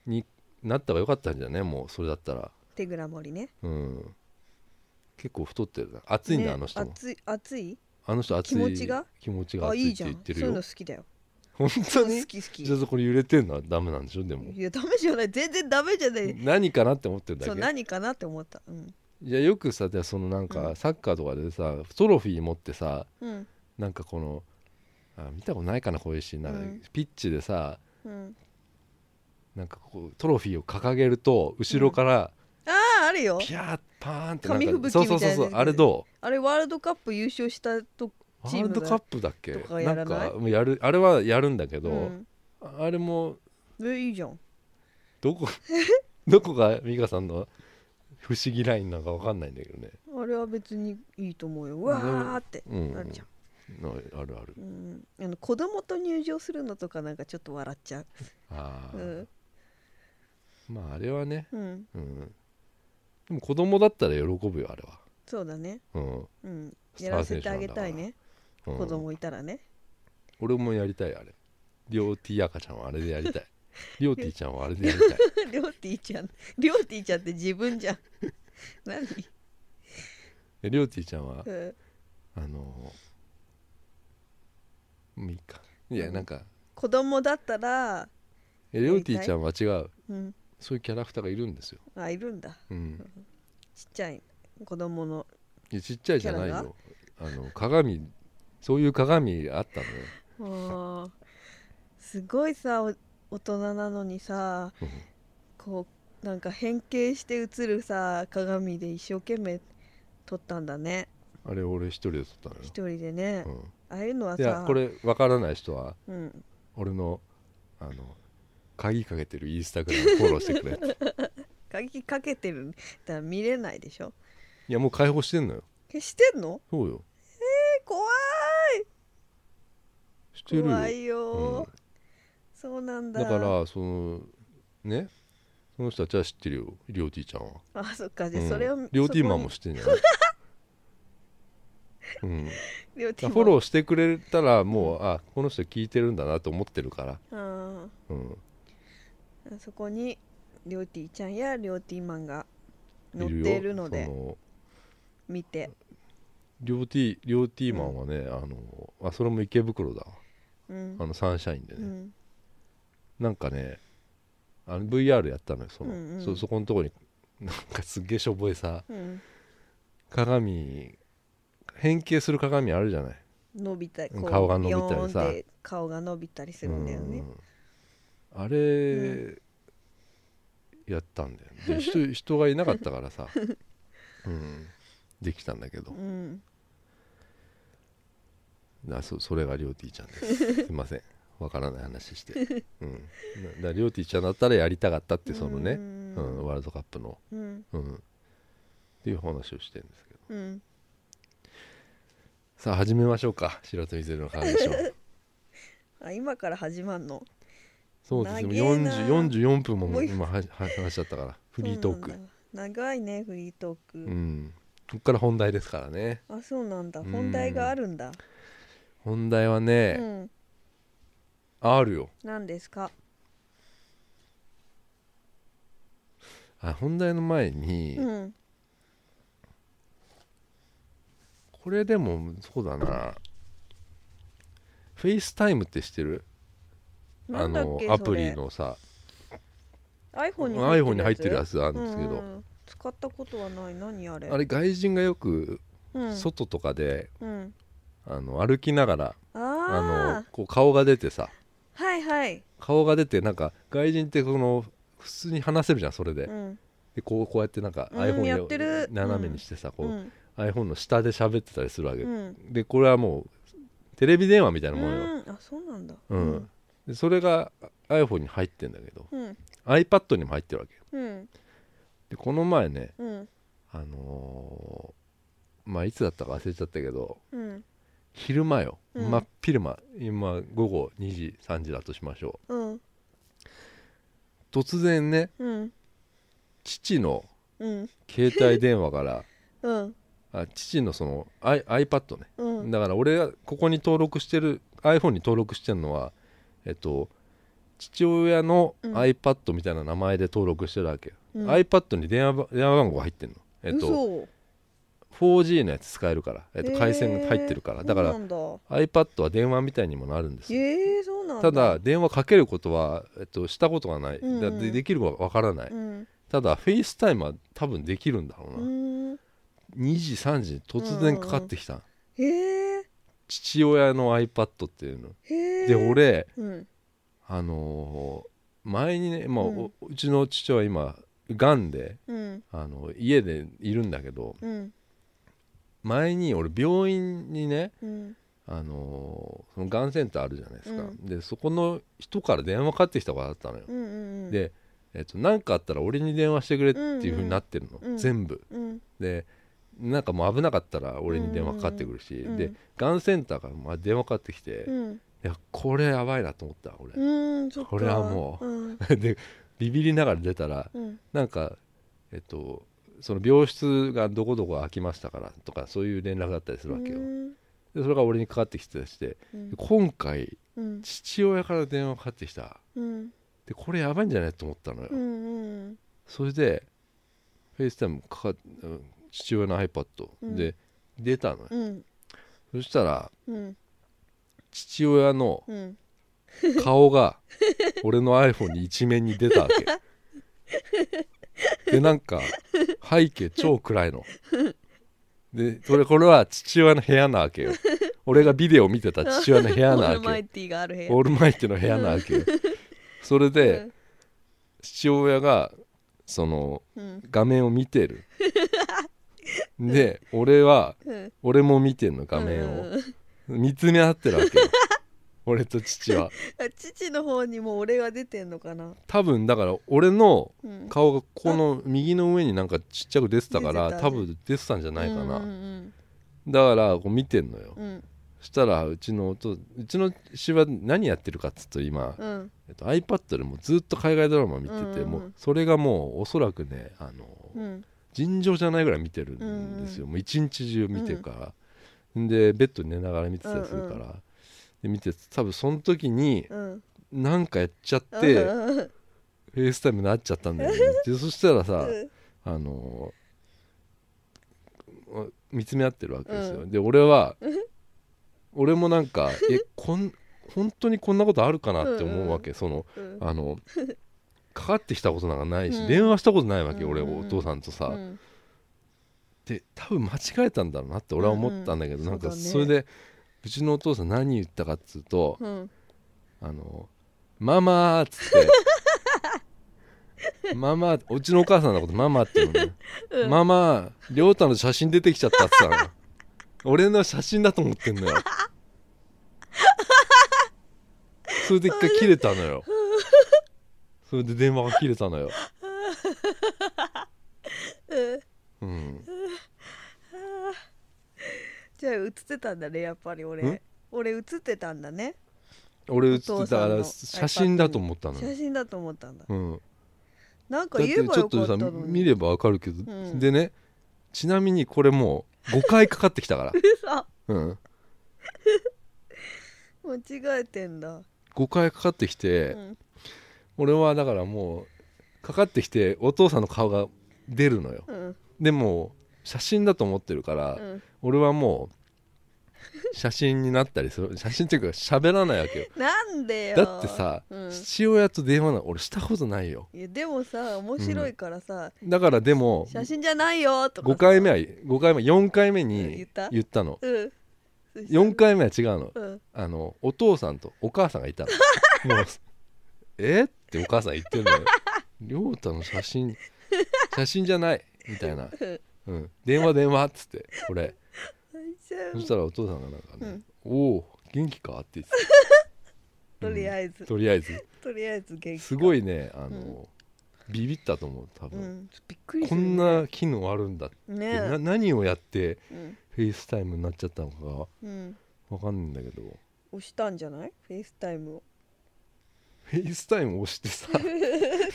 Speaker 1: になった方が良かったんじゃねもうそれだったら
Speaker 2: 手ぐらもりね
Speaker 1: うん結構太ってるな暑いんだ、
Speaker 2: ね
Speaker 1: あの人も
Speaker 2: 熱い熱い
Speaker 1: あの人暑い
Speaker 2: 気持ちが
Speaker 1: 気持ちが
Speaker 2: あ
Speaker 1: 暑
Speaker 2: い
Speaker 1: い
Speaker 2: い
Speaker 1: っ
Speaker 2: じ
Speaker 1: て
Speaker 2: ゃん
Speaker 1: 言
Speaker 2: そ
Speaker 1: って
Speaker 2: う
Speaker 1: る
Speaker 2: いう
Speaker 1: よ
Speaker 2: の好きだよ
Speaker 1: 本当
Speaker 2: 好
Speaker 1: に
Speaker 2: き好き
Speaker 1: じゃあこれ揺れてんのはダメなんでしょでも
Speaker 2: いやダメじゃない全然ダメじゃない
Speaker 1: 何かなって思ってるだ
Speaker 2: そう
Speaker 1: け
Speaker 2: 何かなって思ったうん
Speaker 1: いやよくさでそのなん
Speaker 2: う
Speaker 1: か
Speaker 2: ん
Speaker 1: サッカーとかでさトロフィー持ってさ
Speaker 2: うん
Speaker 1: なんかこのあ見たことないかなこういうシーンなんか
Speaker 2: うん
Speaker 1: ピッチでさ
Speaker 2: うん
Speaker 1: なんかこうトロフィーを掲げると後ろから
Speaker 2: あああるよ
Speaker 1: ピャーッパーンってなんか
Speaker 2: 紙吹雪
Speaker 1: そうそうそう
Speaker 2: みた
Speaker 1: そ
Speaker 2: いうなやつ
Speaker 1: あれどう
Speaker 2: あれワールドカップ優勝したと
Speaker 1: ワ
Speaker 2: チ
Speaker 1: ー
Speaker 2: ーム
Speaker 1: ル
Speaker 2: が
Speaker 1: ドカップだっけ
Speaker 2: とかや
Speaker 1: な
Speaker 2: ら
Speaker 1: ん
Speaker 2: ない
Speaker 1: かもうやるあれはやるんだけど、
Speaker 2: うん
Speaker 1: あれも
Speaker 2: えいいじゃん
Speaker 1: どこ (laughs) どこが美香さんの不思議ラインなのかわかんないんだけどね、
Speaker 2: あれは別にいいと思うようわーって
Speaker 1: うん、
Speaker 2: なるじゃん
Speaker 1: ああるある
Speaker 2: うん、あの子供と入場するのとかなんかちょっと笑っちゃう。
Speaker 1: あ
Speaker 2: う
Speaker 1: ー、
Speaker 2: ん、
Speaker 1: まああれはね、
Speaker 2: うん、
Speaker 1: うん、でも子供だったら喜ぶよあれは、
Speaker 2: そうだね。
Speaker 1: うん
Speaker 2: うん、
Speaker 1: ス
Speaker 2: や
Speaker 1: ター
Speaker 2: ら
Speaker 1: 選手
Speaker 2: せて
Speaker 1: な
Speaker 2: あ
Speaker 1: んだ
Speaker 2: げ
Speaker 1: から
Speaker 2: たいね。
Speaker 1: うん
Speaker 2: 子供いたらね。 (laughs)
Speaker 1: 俺もやりたいあれりょうてぃ赤ちゃんはあれでやりたい
Speaker 2: (laughs)
Speaker 1: りょうてぃちゃんはあれでやりたい
Speaker 2: りょうてぃちゃん、りょうてぃちゃんって自分じゃん。 (laughs) 何？
Speaker 1: でりょうてぃちゃんは
Speaker 2: うん
Speaker 1: あのー、もういいかいやなんか
Speaker 2: 子供だったら、
Speaker 1: えりょうてぃちゃんは違う
Speaker 2: うん、
Speaker 1: そういうキャラクターがいるんですよ、
Speaker 2: あいるんだ。
Speaker 1: うん、
Speaker 2: ちっちゃい子供の。
Speaker 1: いやちっちゃいじゃない
Speaker 2: キャラ
Speaker 1: よあの鏡そういう鏡あったのよ、
Speaker 2: あーすごいさ、お大人なのにさ、
Speaker 1: うん
Speaker 2: こうなんか変形して映るさ鏡で一生懸命撮ったんだね。
Speaker 1: あれ俺一人で撮った
Speaker 2: 一人でね。
Speaker 1: のよ、
Speaker 2: ああいうのは
Speaker 1: うん、いや
Speaker 2: さ、
Speaker 1: これわからない人は
Speaker 2: うん、
Speaker 1: 俺のあの鍵かけてるインスタグラムフォローしてくれって
Speaker 2: (laughs) 鍵かけてるだから見れないでしょ
Speaker 1: いやもう解放してんのよ
Speaker 2: 消してんの
Speaker 1: そうよ
Speaker 2: え怖
Speaker 1: して
Speaker 2: い
Speaker 1: るよ
Speaker 2: 怖いよ、
Speaker 1: うん
Speaker 2: そうなんだ
Speaker 1: だからそのねその人たちは知ってるよりょうてぃちゃんは
Speaker 2: あそっかじゃあ
Speaker 1: うん
Speaker 2: それを、
Speaker 1: りょうてぃマンも知ってんじゃない
Speaker 2: (laughs)
Speaker 1: うん、だからフォロ
Speaker 2: ー
Speaker 1: ーしてくれたらもうあこの人聞いてるんだなと思ってるから、
Speaker 2: あ
Speaker 1: うん、
Speaker 2: ーそこにりょうてぃちゃんやりょうてぃマンが
Speaker 1: い
Speaker 2: 載っ
Speaker 1: よ
Speaker 2: ているので
Speaker 1: その
Speaker 2: 見て
Speaker 1: りょうてぃりょうてぃマンはね、あのあそれも池袋だわ
Speaker 2: うん
Speaker 1: あのサンシャインでね、
Speaker 2: うん
Speaker 1: なんかねあの VR やったのよその、
Speaker 2: うんうん
Speaker 1: そそこのとこになんかすっげえしょぼいさ
Speaker 2: うん
Speaker 1: 鏡変形する鏡あるじゃない
Speaker 2: 伸びたり
Speaker 1: うん顔が伸びたりさ
Speaker 2: ビヨーンって顔が伸びたりするんだよね
Speaker 1: うんあれやったんだよ、ね、で
Speaker 2: (laughs)
Speaker 1: 人人がいなかったからさ、うん、できたんだけど
Speaker 2: うん
Speaker 1: なそそれがりょうてぃちゃんですすいませんわからない話して、うん、ななりょうてぃちゃんだったらやりたかったってその
Speaker 2: う
Speaker 1: ね、
Speaker 2: ん
Speaker 1: うん、ワールドカップの、
Speaker 2: うん
Speaker 1: うん、っていう話をしてるんですけど
Speaker 2: うん
Speaker 1: さあ始めましょうか白鳥ゼロの
Speaker 2: (laughs)
Speaker 1: 話を
Speaker 2: あ今から始まんの
Speaker 1: そうですよ
Speaker 2: 長えな
Speaker 1: 40 44分も
Speaker 2: もう
Speaker 1: 今はは話しちゃったから
Speaker 2: (laughs)
Speaker 1: フリートーク
Speaker 2: そうなんだ長いねフリートーク、
Speaker 1: うん、ここから本題ですからね
Speaker 2: あそうなんだ
Speaker 1: うん
Speaker 2: 本題があるんだ
Speaker 1: 本題は
Speaker 2: う
Speaker 1: ね、
Speaker 2: ん
Speaker 1: あるよ
Speaker 2: 何ですか
Speaker 1: あ本題の前に、
Speaker 2: うん
Speaker 1: これでもそうだなフェイスタイムって知ってる
Speaker 2: なんだ
Speaker 1: あ
Speaker 2: っ
Speaker 1: の
Speaker 2: け
Speaker 1: ア
Speaker 2: そ
Speaker 1: プ
Speaker 2: れ
Speaker 1: リのさ
Speaker 2: iPhone に
Speaker 1: iPhone に入ってるや
Speaker 2: つ
Speaker 1: つあるんですけど、
Speaker 2: うんうん使ったことはない何あれ
Speaker 1: あれ外人がよく
Speaker 2: うん
Speaker 1: 外とかで、
Speaker 2: うん
Speaker 1: あの歩きながら
Speaker 2: あ
Speaker 1: あ
Speaker 2: あ
Speaker 1: のこう顔が出てさ
Speaker 2: はいはい
Speaker 1: 顔が出てなんか外人ってこの普通に話せるじゃんそれで,、
Speaker 2: うん
Speaker 1: でこうこうやってなんか
Speaker 2: うん
Speaker 1: iPhone
Speaker 2: や
Speaker 1: を
Speaker 2: ってる
Speaker 1: 斜めにしてさ、
Speaker 2: う
Speaker 1: こ
Speaker 2: ん
Speaker 1: う iPhone の下で喋ってたりするわけ、
Speaker 2: うん
Speaker 1: でこれはもうテレビ電話みたいなもんよ、
Speaker 2: うんあそうなんだ
Speaker 1: うんでそれが iPhone に入ってんだけど
Speaker 2: うん
Speaker 1: iPad にも入ってるわけ
Speaker 2: うん
Speaker 1: でこの前ね
Speaker 2: うん
Speaker 1: あのーまあいつだったか忘れちゃったけど
Speaker 2: うん
Speaker 1: 昼間よ、
Speaker 2: うん
Speaker 1: 真っ昼間今午後2時3時だとしましょ
Speaker 2: うん
Speaker 1: う突然ね
Speaker 2: うん
Speaker 1: 父の
Speaker 2: うん
Speaker 1: 携帯電話から
Speaker 2: うん
Speaker 1: ああ父のその I iPad ね、
Speaker 2: うん
Speaker 1: だから俺がここに登録してる iPhone に登録してるのはえっと父親の
Speaker 2: うん
Speaker 1: iPad みたいな名前で登録してるわけよ、
Speaker 2: うん
Speaker 1: iPad に電話ば電話番号が入ってんのえっと
Speaker 2: 嘘
Speaker 1: 4G のやつ使えるから、えっと、回線が入ってるから、
Speaker 2: へー
Speaker 1: だから
Speaker 2: そうなんだ
Speaker 1: iPad は電話みたいにもなるんですよ
Speaker 2: えー、そうなん
Speaker 1: た
Speaker 2: だ
Speaker 1: だ電話かけることは、えっと、したことがない、
Speaker 2: うんうん
Speaker 1: だでできるかわからない、
Speaker 2: うんう
Speaker 1: ただフェイスタイムは多分できるんだろうな、
Speaker 2: ーん
Speaker 1: 2時3時に突然かかってきた、
Speaker 2: へえ
Speaker 1: 父親の iPad っていうの
Speaker 2: へえ
Speaker 1: で俺
Speaker 2: うん
Speaker 1: あのー前にね、まあ
Speaker 2: うん
Speaker 1: おうちの父親今がんで、
Speaker 2: うん
Speaker 1: あの家でいるんだけど
Speaker 2: うん
Speaker 1: 前に俺病院にね、
Speaker 2: うん
Speaker 1: あのーそのがんセンターあるじゃないですか、
Speaker 2: うん
Speaker 1: でそこの人から電話かかってきたことあったのよ、
Speaker 2: うんうんうん
Speaker 1: でえっと、なんかあったら俺に電話してくれっていう風になってるの、
Speaker 2: うんうん
Speaker 1: 全部
Speaker 2: うん
Speaker 1: でなんかもう危なかったら俺に電話かかってくるし、
Speaker 2: うんうんう
Speaker 1: で
Speaker 2: ん
Speaker 1: がんセンターからまあ電話かかってきて、い
Speaker 2: うん
Speaker 1: やこれやばいなと思った俺、
Speaker 2: うんそっか
Speaker 1: これはもう
Speaker 2: うん、
Speaker 1: (laughs) でビビりながら出たら
Speaker 2: うん、
Speaker 1: なんかえっとその病室がどこどこ空きましたからとかそういう連絡だった (laughs) りするわけよ、
Speaker 2: うん
Speaker 1: でそれが俺にかかってきてたりして
Speaker 2: うん
Speaker 1: で今回
Speaker 2: うん
Speaker 1: 父親から電話かかってきた
Speaker 2: うん
Speaker 1: でこれやばいんじゃないと思ったのよ、
Speaker 2: うんうん
Speaker 1: それでフェイスタイムかかっうん父親の iPad
Speaker 2: うん
Speaker 1: で出たのよ、
Speaker 2: うん
Speaker 1: そしたら
Speaker 2: うん
Speaker 1: 父親の
Speaker 2: うん
Speaker 1: 顔が俺の iPhone に一面に出たわけでなんか背景超暗いのでこれこれは父親の部屋なわけよ俺がビデオ見てた父親の部屋な
Speaker 2: オー
Speaker 1: わ
Speaker 2: ルマイ
Speaker 1: け
Speaker 2: ティがある部屋
Speaker 1: オールマイティの部屋なわけよそれで、父親がその
Speaker 2: うん
Speaker 1: 画面を見てるで俺は
Speaker 2: うん
Speaker 1: 俺も見てんの画面
Speaker 2: うん
Speaker 1: を
Speaker 2: うん
Speaker 1: 見つめ合ってるわけよ俺と父は
Speaker 2: あ父の方にも俺が出てんのかな
Speaker 1: 多分だから俺の
Speaker 2: うん
Speaker 1: 顔がこの右の上になんかちっちゃく出てたか
Speaker 2: 出
Speaker 1: ら
Speaker 2: てたね
Speaker 1: 多分出てたんじゃないか
Speaker 2: う
Speaker 1: なんだからこう見てんのよ
Speaker 2: うんうん
Speaker 1: そしたらうちの弟うちの父は何やってるかっつうと今、
Speaker 2: うん
Speaker 1: えっと、iPad でもうずっと海外ドラマ見て
Speaker 2: うんうん
Speaker 1: て
Speaker 2: うん
Speaker 1: もうそれがもうおそらくねあの
Speaker 2: うん
Speaker 1: 尋常じゃないぐらい見てるんですよ、もう一日中見てるから、でベッドに寝ながら見てたりするから、
Speaker 2: うん
Speaker 1: で見てて多分その時に
Speaker 2: うん
Speaker 1: なんかやっちゃって、フ
Speaker 2: うんうん
Speaker 1: ェイスタイムになっちゃったんだよねでそしたら
Speaker 2: (laughs)
Speaker 1: さ、
Speaker 2: うん
Speaker 1: あのー見つめ合ってるわけですよ、で俺は俺もなん
Speaker 2: (laughs)
Speaker 1: かえこん本当にこんなことあるかなって思うわけ、その
Speaker 2: うん
Speaker 1: あ
Speaker 2: (laughs)
Speaker 1: のかかってきたことなんかないし、
Speaker 2: うん
Speaker 1: 電話したことないわけ、俺
Speaker 2: うんうん
Speaker 1: お
Speaker 2: うん
Speaker 1: 父さんとさ、
Speaker 2: うん
Speaker 1: で多分間違えたんだろうなって俺は思ったんだけど、
Speaker 2: うんうん
Speaker 1: なんか
Speaker 2: そうだね
Speaker 1: それでうちのお父さん何言ったかっつうと
Speaker 2: うん
Speaker 1: 「あのママ」っつ
Speaker 2: (laughs)
Speaker 1: って「ママ」うちのお母さんのこと「ママ」って言うのね
Speaker 2: うん
Speaker 1: ママ亮太の写真出てきちゃったっつった
Speaker 2: (laughs)
Speaker 1: の俺の写真だと思ってんのよそれで一回切れたのよそれで電話が切れた
Speaker 2: (laughs)
Speaker 1: のようん
Speaker 2: じゃあ映ってたんだねやっぱり
Speaker 1: ん
Speaker 2: 俺俺映ってたんだね
Speaker 1: 俺写っ
Speaker 2: お
Speaker 1: て
Speaker 2: 父
Speaker 1: た
Speaker 2: さ
Speaker 1: か
Speaker 2: んの
Speaker 1: ら写真だと思ったのよ
Speaker 2: 写真だと思ったんだ
Speaker 1: うん、
Speaker 2: なんか
Speaker 1: だってち
Speaker 2: 言えば
Speaker 1: ょ
Speaker 2: よ
Speaker 1: っ
Speaker 2: か
Speaker 1: と
Speaker 2: った
Speaker 1: さ
Speaker 2: のに
Speaker 1: 見ればわかるけど、
Speaker 2: うん
Speaker 1: でねちなみにこれもう5回かかってき
Speaker 2: (laughs)
Speaker 1: たから、
Speaker 2: さ
Speaker 1: うん、
Speaker 2: 間違えてんだ
Speaker 1: 5回かかってきて、
Speaker 2: うん
Speaker 1: 俺はだからもうかかってきてお父さんの顔が出るのよ
Speaker 2: うん
Speaker 1: でも写真だと思ってるから、
Speaker 2: うん
Speaker 1: 俺はもう写真になったりする写真っていうか喋らないわけよ
Speaker 2: なんでよ
Speaker 1: だってさ、
Speaker 2: うん
Speaker 1: 父親と電話なん俺したことないよ
Speaker 2: いやでもさ面白いからさ、
Speaker 1: だからでも
Speaker 2: 写真じゃないよとかさ
Speaker 1: 5回目は5回目4回目
Speaker 2: うん言
Speaker 1: に
Speaker 2: った
Speaker 1: 言ったの
Speaker 2: うんそしたら
Speaker 1: 4回目は違うの
Speaker 2: うん
Speaker 1: あのお父さんとお母さんがいたのもうえってお母さん言ってるのよ亮太の写真写真じゃないみたいな、
Speaker 2: うん
Speaker 1: うん、電話電話っつって俺
Speaker 2: 最初
Speaker 1: そしたらお父さんがなんかね「おお元気か?」って言ってた
Speaker 2: とりあえ
Speaker 1: う
Speaker 2: ず
Speaker 1: んとりあえず
Speaker 2: とりあえず元気か
Speaker 1: すごいねあの、ビビったと思う多
Speaker 2: う
Speaker 1: 分、
Speaker 2: んびっくりす
Speaker 1: こ
Speaker 2: る
Speaker 1: ん
Speaker 2: ね
Speaker 1: な機能あるんだって、な
Speaker 2: ね
Speaker 1: 何をやって
Speaker 2: うん
Speaker 1: フェイスタイムになっちゃったのか
Speaker 2: うん
Speaker 1: わかんないんだけど
Speaker 2: 押したんじゃないフェイスタイムを
Speaker 1: フェイスタイム押してさ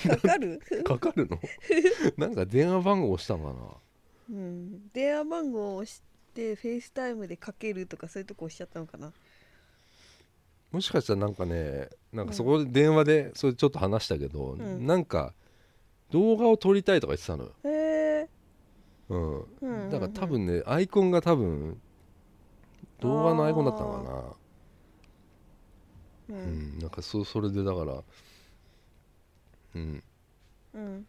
Speaker 2: かかる (laughs)
Speaker 1: かかるのなんか電話番号押したのかな
Speaker 2: うん電話番号を押してフェイスタイムでかけるとかそういうとこ押しちゃったのかな
Speaker 1: もしかしたらなんかねなんかそこで電話でそれちょっと話したけど、
Speaker 2: うん
Speaker 1: なんか動画を撮りたいとか言ってたのよ、
Speaker 2: へえ
Speaker 1: うん
Speaker 2: うん
Speaker 1: だから多分ねアイコンが多分動画のアイコンだったのか
Speaker 2: う
Speaker 1: なうんんなんかそそれでだからうん
Speaker 2: うん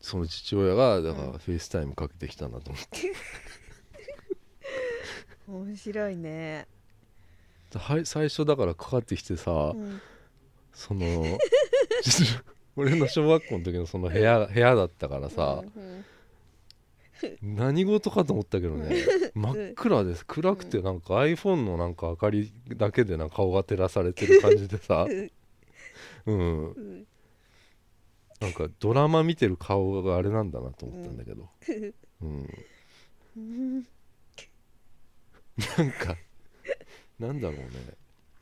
Speaker 1: その父親がだから
Speaker 2: うん
Speaker 1: フェイスタイムかけてきたんだと思って、
Speaker 2: 面白いね
Speaker 1: はい最初だからかかってきてさ、
Speaker 2: うん
Speaker 1: その (laughs) 実は俺の小学校の時のその部屋部屋だったからさ、
Speaker 2: うん
Speaker 1: 何事かと思ったけど (laughs) ね真っ暗です暗くてなんか iPhone のなんか明かりだけでなんか顔が照らされてる感じでさ
Speaker 2: うん
Speaker 1: うん
Speaker 2: うん
Speaker 1: なんかドラマ見てる顔があれなんだなと思ったんだけど、うん、
Speaker 2: うん
Speaker 1: なんかなんだろうね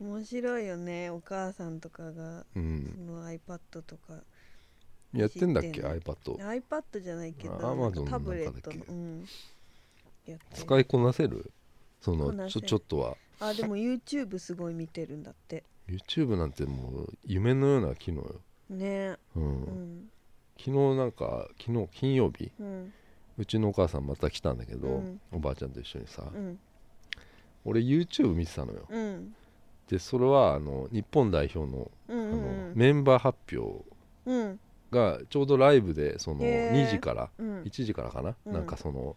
Speaker 2: 面白いよねお母さんとかが
Speaker 1: う
Speaker 2: そ
Speaker 1: ん
Speaker 2: の iPad とか
Speaker 1: やってんだっ
Speaker 2: 知っ
Speaker 1: け
Speaker 2: てんの
Speaker 1: iPad
Speaker 2: iPad じゃないけど
Speaker 1: あ Amazon
Speaker 2: なんかタブレット
Speaker 1: なん
Speaker 2: の
Speaker 1: かだっけ
Speaker 2: うんやってる
Speaker 1: 使いこなせるそ
Speaker 2: こ
Speaker 1: の
Speaker 2: な
Speaker 1: ち
Speaker 2: せ
Speaker 1: ょ
Speaker 2: る
Speaker 1: ちょっとは
Speaker 2: あでも YouTube すごい見てるんだって
Speaker 1: YouTube なんてもう夢のような機能よ、
Speaker 2: ね
Speaker 1: うん
Speaker 2: うん
Speaker 1: 昨日なんか昨日金曜日
Speaker 2: うん
Speaker 1: うちのお母さんまた来たんだけど、
Speaker 2: うん
Speaker 1: おばあちゃんと一緒にさ、
Speaker 2: うん
Speaker 1: 俺 YouTube 見てたのよ
Speaker 2: うん
Speaker 1: でそれはあの日本代表の
Speaker 2: うん
Speaker 1: あ
Speaker 2: う
Speaker 1: の、
Speaker 2: ん
Speaker 1: メンバー発表
Speaker 2: うん
Speaker 1: がちょうどライブでその
Speaker 2: へー
Speaker 1: 2時から
Speaker 2: うん
Speaker 1: 1時からかな、
Speaker 2: うん
Speaker 1: なんかその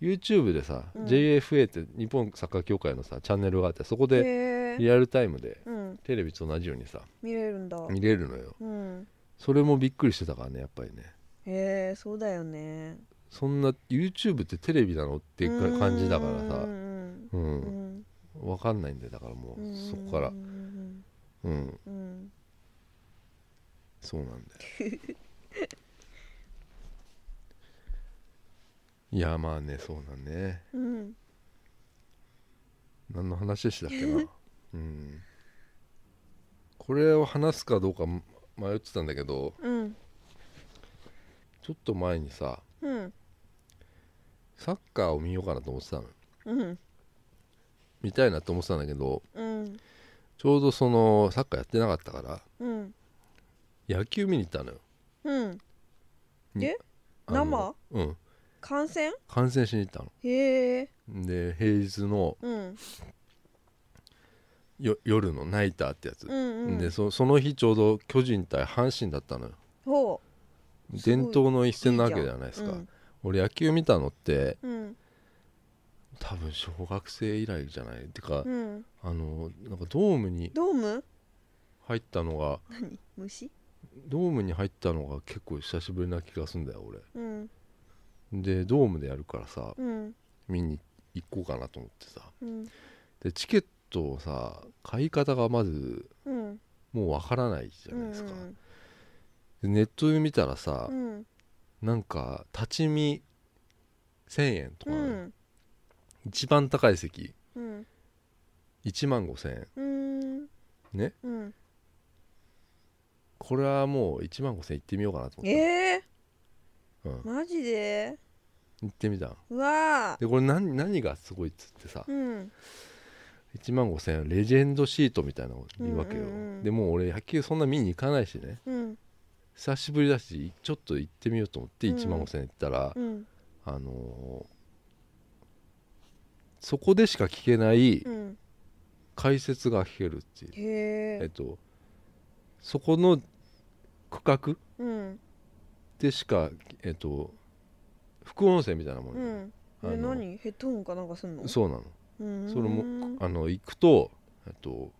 Speaker 1: YouTube でさ、
Speaker 2: うん
Speaker 1: JFA って日本サッカー協会のさチャンネルがあってそこで
Speaker 2: へえ
Speaker 1: リアルタイムで
Speaker 2: うん
Speaker 1: テレビと同じようにさ
Speaker 2: 見れるんだ
Speaker 1: 見れるのよ
Speaker 2: うん
Speaker 1: それもびっくりしてたからねやっぱりね
Speaker 2: へえそうだよね
Speaker 1: そんな YouTube ってテレビなのっていう感じだからさ
Speaker 2: うん
Speaker 1: うん、
Speaker 2: うんうん
Speaker 1: わかんないんでだからも
Speaker 2: うん
Speaker 1: うそこから
Speaker 2: うん
Speaker 1: うん
Speaker 2: うんうん
Speaker 1: そう
Speaker 2: (laughs)
Speaker 1: なんだよいやまあねそうだね
Speaker 2: うん
Speaker 1: 何の話でしたっけ
Speaker 2: (laughs)
Speaker 1: なうんこれを話すかどうか迷迷ってたんだけど
Speaker 2: うん
Speaker 1: ちょっと前にさ
Speaker 2: うん
Speaker 1: サッカーを見ようかなと思ってたの
Speaker 2: うん
Speaker 1: 見たいなと思ってたんだけど
Speaker 2: うん
Speaker 1: ちょうどそのサッカーやってなかったから
Speaker 2: うん
Speaker 1: 野球見に行ったのよ
Speaker 2: うん
Speaker 1: あの
Speaker 2: 生
Speaker 1: うん
Speaker 2: 感染
Speaker 1: 観戦しに行ったの
Speaker 2: へえ
Speaker 1: で平日の
Speaker 2: うん
Speaker 1: よ夜のナイターってやつ、
Speaker 2: うんうん
Speaker 1: でそその日ちょうど巨人対阪神だったのよ
Speaker 2: ほすごい
Speaker 1: 伝統の一
Speaker 2: う
Speaker 1: 戦なわけじゃないですか、
Speaker 2: うん
Speaker 1: 俺野球見たのって
Speaker 2: うん
Speaker 1: 多分小学生以来じゃないてか、
Speaker 2: うん
Speaker 1: あのなんかドームに
Speaker 2: ドーム
Speaker 1: 入ったのが
Speaker 2: 何虫
Speaker 1: ドームに入ったのが結構久しぶりな気がすんだよ俺
Speaker 2: うん
Speaker 1: でドームでやるからさ
Speaker 2: うん
Speaker 1: 見に行こうかなと思ってさ
Speaker 2: うん
Speaker 1: でチケットをさ買い方がまず
Speaker 2: うん
Speaker 1: もうわからないじゃないですか、
Speaker 2: うん
Speaker 1: でネットで見たらさ、
Speaker 2: うん
Speaker 1: なんか立ち見1000円と
Speaker 2: う
Speaker 1: かなのよ、
Speaker 2: ん
Speaker 1: 一番高い席
Speaker 2: うん
Speaker 1: 1万5000円
Speaker 2: うん
Speaker 1: ね
Speaker 2: うん
Speaker 1: これはもう1万5000円行ってみようかなと思って、
Speaker 2: ええ
Speaker 1: うん、
Speaker 2: マジで
Speaker 1: 行ってみたの
Speaker 2: うわー
Speaker 1: でこれ何何がすごいっつってさ
Speaker 2: うん
Speaker 1: 1万5000円はレジェンドシートみたいなの言うわけよ、
Speaker 2: うんうんうん
Speaker 1: でもう俺野球そんな見に行かないしね
Speaker 2: うん
Speaker 1: 久しぶりだしちょっと行ってみようと思って
Speaker 2: うん
Speaker 1: 1万5000円行ったら、
Speaker 2: うん
Speaker 1: あのーそこでしか聞けない
Speaker 2: うん
Speaker 1: 解説が聞けるっていう、え
Speaker 2: へ
Speaker 1: っ
Speaker 2: え
Speaker 1: とそこの区画
Speaker 2: うん
Speaker 1: でしかえっと副音声みたいなもん
Speaker 2: う
Speaker 1: よね、
Speaker 2: ん
Speaker 1: あの
Speaker 2: え何ヘッドホンかなんかすんの
Speaker 1: そうなの
Speaker 2: うーん
Speaker 1: それも
Speaker 2: うん
Speaker 1: あの行くとえっと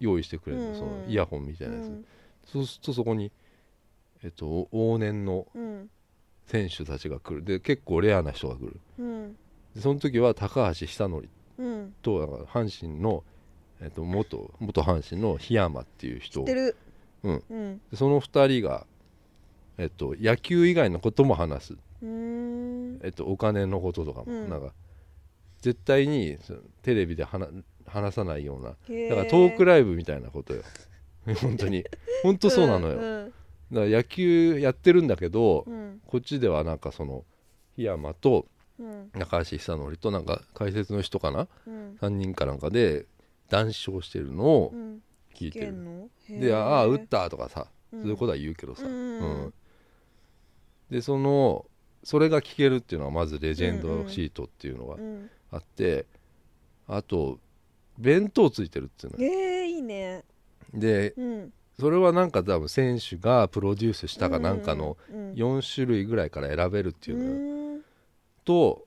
Speaker 1: 用意してくれるの,、
Speaker 2: うんうん
Speaker 1: そのイヤホンみたいなやつ、
Speaker 2: うん
Speaker 1: そうするとそこにえっと往年の
Speaker 2: うん
Speaker 1: 選手たちが来るで結構レアな人が来る
Speaker 2: うん
Speaker 1: でその時は高橋久典
Speaker 2: うん
Speaker 1: とだから阪神の、えっと、元元阪神の檜山っていう
Speaker 2: 知
Speaker 1: 人
Speaker 2: ってる
Speaker 1: うん
Speaker 2: うん
Speaker 1: でその2人が、えっと、野球以外のことも話す
Speaker 2: うーん
Speaker 1: えっと、お金のこととかも、
Speaker 2: うん
Speaker 1: なんか絶対にそのテレビで話話さないような
Speaker 2: へ
Speaker 1: だからトークライブみたいなこと
Speaker 2: (laughs)
Speaker 1: よ本当に本当そうなのよ、だか
Speaker 2: よ
Speaker 1: ら野球やってるんだけど、
Speaker 2: うん
Speaker 1: こっちではなんかその檜山と
Speaker 2: うん
Speaker 1: 中橋久典となんか解説の人かな
Speaker 2: うん
Speaker 1: 3人かなんかで談笑してるのを
Speaker 2: うん
Speaker 1: 聞いて
Speaker 2: け
Speaker 1: る、
Speaker 2: んの
Speaker 1: で「ああ打った」とかさ、そういうこと
Speaker 2: だ
Speaker 1: は言うけどさ、
Speaker 2: うんうんうん
Speaker 1: でそのそれが聞けるっていうのはまずレジェンドシートっていうのが
Speaker 2: うん
Speaker 1: あって、あと弁当ついてるっていうのよ
Speaker 2: えーいいね
Speaker 1: で
Speaker 2: うん
Speaker 1: それはなんか多分選手がプロデュースしたかなんかの
Speaker 2: うん
Speaker 1: 4種類ぐらいから選べるっていうのよ
Speaker 2: うん
Speaker 1: と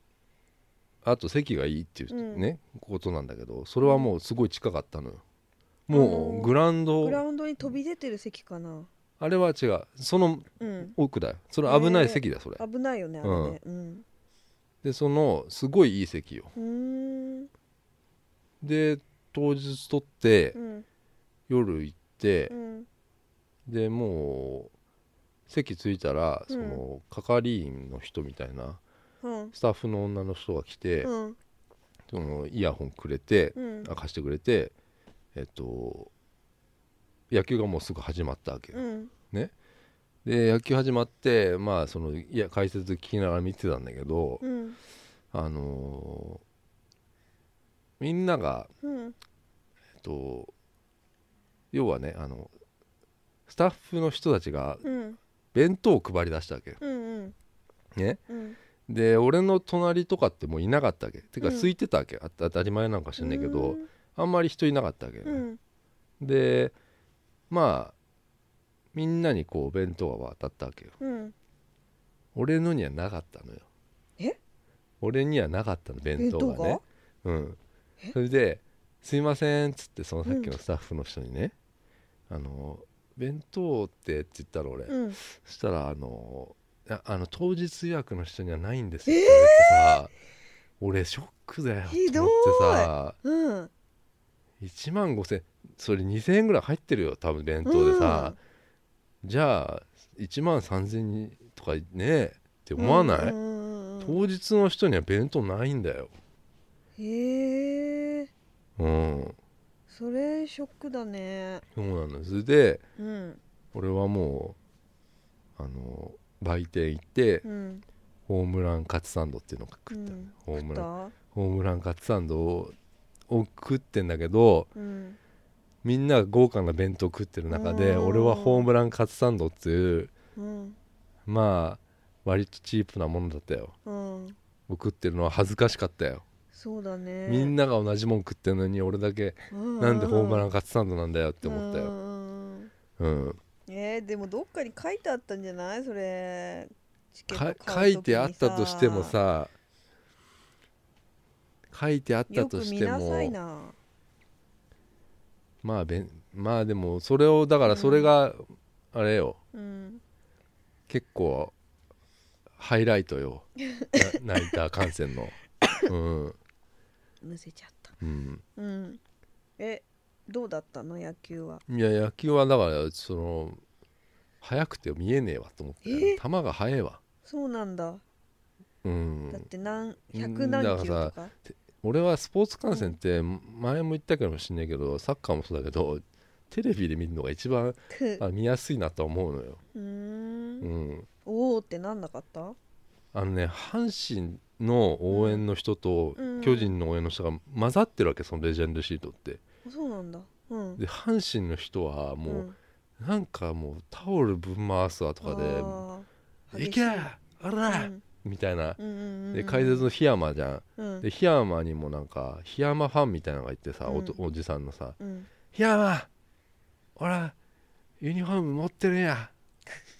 Speaker 1: あと席がいいっていうね、ことなんだけどそれはもうすごい近かったのよも
Speaker 2: あの
Speaker 1: うグラウンド
Speaker 2: グラウンドに飛び出てる席かな
Speaker 1: あれは違うその
Speaker 2: うん
Speaker 1: 奥だよそれ危ない席だよそれ、
Speaker 2: 危ないよねあれねうん
Speaker 1: でそのすごいいい席よ
Speaker 2: うーん
Speaker 1: で当日取って
Speaker 2: うん
Speaker 1: 夜行って
Speaker 2: う、ん
Speaker 1: でもう席着いたら
Speaker 2: う
Speaker 1: そ
Speaker 2: ん
Speaker 1: の係員の人みたいな
Speaker 2: うん
Speaker 1: スタッフの女の人が来て、
Speaker 2: うん
Speaker 1: そのイヤホンくれて、
Speaker 2: うん
Speaker 1: あ貸してくれてえっと野球がもうすぐ始まったわけよ、
Speaker 2: うん
Speaker 1: で野球始まってまあそのいや解説聞きながら見てたんだけど、
Speaker 2: うん
Speaker 1: あのーみんなが
Speaker 2: う
Speaker 1: え
Speaker 2: ん
Speaker 1: っと要はねあのスタッフの人たちが
Speaker 2: うん
Speaker 1: 弁当を配り出したわけよ
Speaker 2: うん
Speaker 1: ね
Speaker 2: うん
Speaker 1: で俺の隣とかってもういなかったわけてか
Speaker 2: うん
Speaker 1: 空いてたわけ、あ当たり前なんか知んないけど、あんまり人いなかったわけよ
Speaker 2: う
Speaker 1: ね、
Speaker 2: ん
Speaker 1: でまあみんなにこう弁当が渡ったわけよ
Speaker 2: うん
Speaker 1: 俺のにはなかったのよ
Speaker 2: え
Speaker 1: 俺にはなかったの弁当がねうん
Speaker 2: え
Speaker 1: それで「すいません」っつってそのさっきのスタッフの人にね「あの弁当って」って言ったら俺、
Speaker 2: うん
Speaker 1: そしたらあのいやあの当日予約の人にはないんですよって言われてさ、俺ショックだよと思って
Speaker 2: ひどい
Speaker 1: さ
Speaker 2: うん
Speaker 1: 1万5000それ2000円ぐらい入ってるよ多分弁当でさ、じゃあ1万3000円とかねって思わない、
Speaker 2: い
Speaker 1: 当日の人には弁当ないんだよ
Speaker 2: へえ
Speaker 1: うん
Speaker 2: それショックだね
Speaker 1: そうなのそれで
Speaker 2: うん
Speaker 1: 俺はもうあの売店行って
Speaker 2: うん
Speaker 1: ホームランカツサンドっていうのを食ったの、
Speaker 2: うん
Speaker 1: ホームラン
Speaker 2: 食っ
Speaker 1: ホームランカツサンドをを食ってんだけど
Speaker 2: たうん
Speaker 1: みんなが豪華な弁当食ってる中で
Speaker 2: うん
Speaker 1: 俺はホームランカツサンドっていう
Speaker 2: うん
Speaker 1: まあ割とチープなものだったよ
Speaker 2: うん
Speaker 1: 食ってるのは恥ずかしかったよ、
Speaker 2: そうだね
Speaker 1: みんなが同じもん食ってるのに俺だけなんでホームラ
Speaker 2: ンっ
Speaker 1: ンカツサンドなんだよって思ったよ
Speaker 2: よ
Speaker 1: うん
Speaker 2: えーでもどっかに書いてあったんじゃないそれチケッ
Speaker 1: か
Speaker 2: ト
Speaker 1: 書
Speaker 2: 買う
Speaker 1: いてあったとしてもさ書いてあっ
Speaker 2: 時にさ
Speaker 1: たとして
Speaker 2: よく見なさい
Speaker 1: も
Speaker 2: な
Speaker 1: まあべんまあでもそれをだからそれがあれよ、
Speaker 2: うん
Speaker 1: 結構ハイライトよな (laughs) ナイター観戦のうん、
Speaker 2: むせちゃった
Speaker 1: うん、
Speaker 2: うんえどうだったの野球はい
Speaker 1: や野球はだからその速くて見えねえわと思って
Speaker 2: え
Speaker 1: 球が速いわ
Speaker 2: そうなんだ
Speaker 1: う
Speaker 2: だっ
Speaker 1: ん
Speaker 2: て何
Speaker 1: う
Speaker 2: 100
Speaker 1: ん
Speaker 2: 何キロ
Speaker 1: だ
Speaker 2: とか
Speaker 1: 俺はスポーツ観戦って前も言ったかもしんないけどサッカーもそうだけどテレビで見るのが一番
Speaker 2: く
Speaker 1: あ見やすいなとは思うのよ、
Speaker 2: うー
Speaker 1: うんん、
Speaker 2: おおってなんなかった
Speaker 1: あのね阪神の応援の人と
Speaker 2: うん
Speaker 1: 巨人の応援の人が混ざってるわけそのレジェンドシートって
Speaker 2: あそうなんだうん
Speaker 1: で阪神の人はもう、
Speaker 2: うん
Speaker 1: なんかもうタオルぶん回すわとかで
Speaker 2: あ
Speaker 1: 「行
Speaker 2: ー激しい
Speaker 1: けあら!」みたいな
Speaker 2: うんうんうんうん
Speaker 1: で解説の檜山じゃん
Speaker 2: うん
Speaker 1: で檜山にもなんか檜山ファンみたいなのがいてさおと
Speaker 2: う
Speaker 1: おじさんのさ
Speaker 2: うん
Speaker 1: 「檜山ほらユニフォーム持ってるや
Speaker 2: (laughs)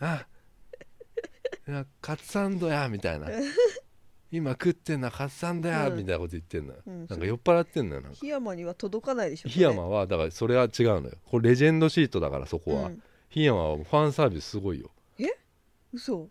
Speaker 1: んあいやカツサンドや」みたい
Speaker 2: (laughs)
Speaker 1: な「今食ってんのはカツサンドや」
Speaker 2: うん
Speaker 1: みたいなこと言ってんのよ
Speaker 2: うん
Speaker 1: なんか酔っ払ってんのよなんか
Speaker 2: 檜山には届かないでしょ
Speaker 1: 檜山はだからそれは違うのよこれレジェンドシートだからそこ
Speaker 2: これ
Speaker 1: は
Speaker 2: うん
Speaker 1: 檜山はファンサービスすごいよ
Speaker 2: 嘘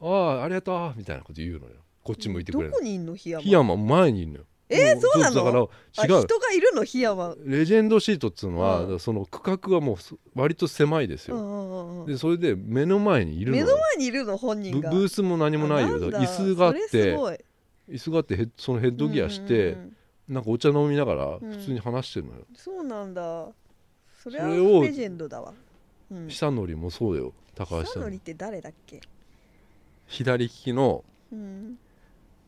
Speaker 1: ああありがとうみたいなこと言うのよこっち向いてくれる
Speaker 2: どこにいんの檜山
Speaker 1: 檜山前にいるのよ
Speaker 2: えー
Speaker 1: も
Speaker 2: そうなの
Speaker 1: だから
Speaker 2: あ
Speaker 1: 違う
Speaker 2: 人がいるの檜山
Speaker 1: レジェンドシートっつうのは、
Speaker 2: うん
Speaker 1: その区画がもうそ割と狭いです
Speaker 2: うん
Speaker 1: よ、
Speaker 2: うんうんうん
Speaker 1: でそれで目の前にいるの
Speaker 2: 目
Speaker 1: よ
Speaker 2: の前にいるの本人
Speaker 1: ブブ
Speaker 2: が
Speaker 1: ースも何もないよ
Speaker 2: あん
Speaker 1: だ
Speaker 2: だ
Speaker 1: から椅子があっ
Speaker 2: それす
Speaker 1: て
Speaker 2: ごい
Speaker 1: 椅子があってヘッそのヘッドギアして、
Speaker 2: うんうんうん
Speaker 1: なんかお茶飲みながら
Speaker 2: うん
Speaker 1: 普通に話してるのよ、
Speaker 2: そうなんだそれは
Speaker 1: それを
Speaker 2: レジェンドだわうん
Speaker 1: 久典もそうよ高橋
Speaker 2: 久
Speaker 1: さん
Speaker 2: 典って誰だっけ
Speaker 1: 左利きの
Speaker 2: うん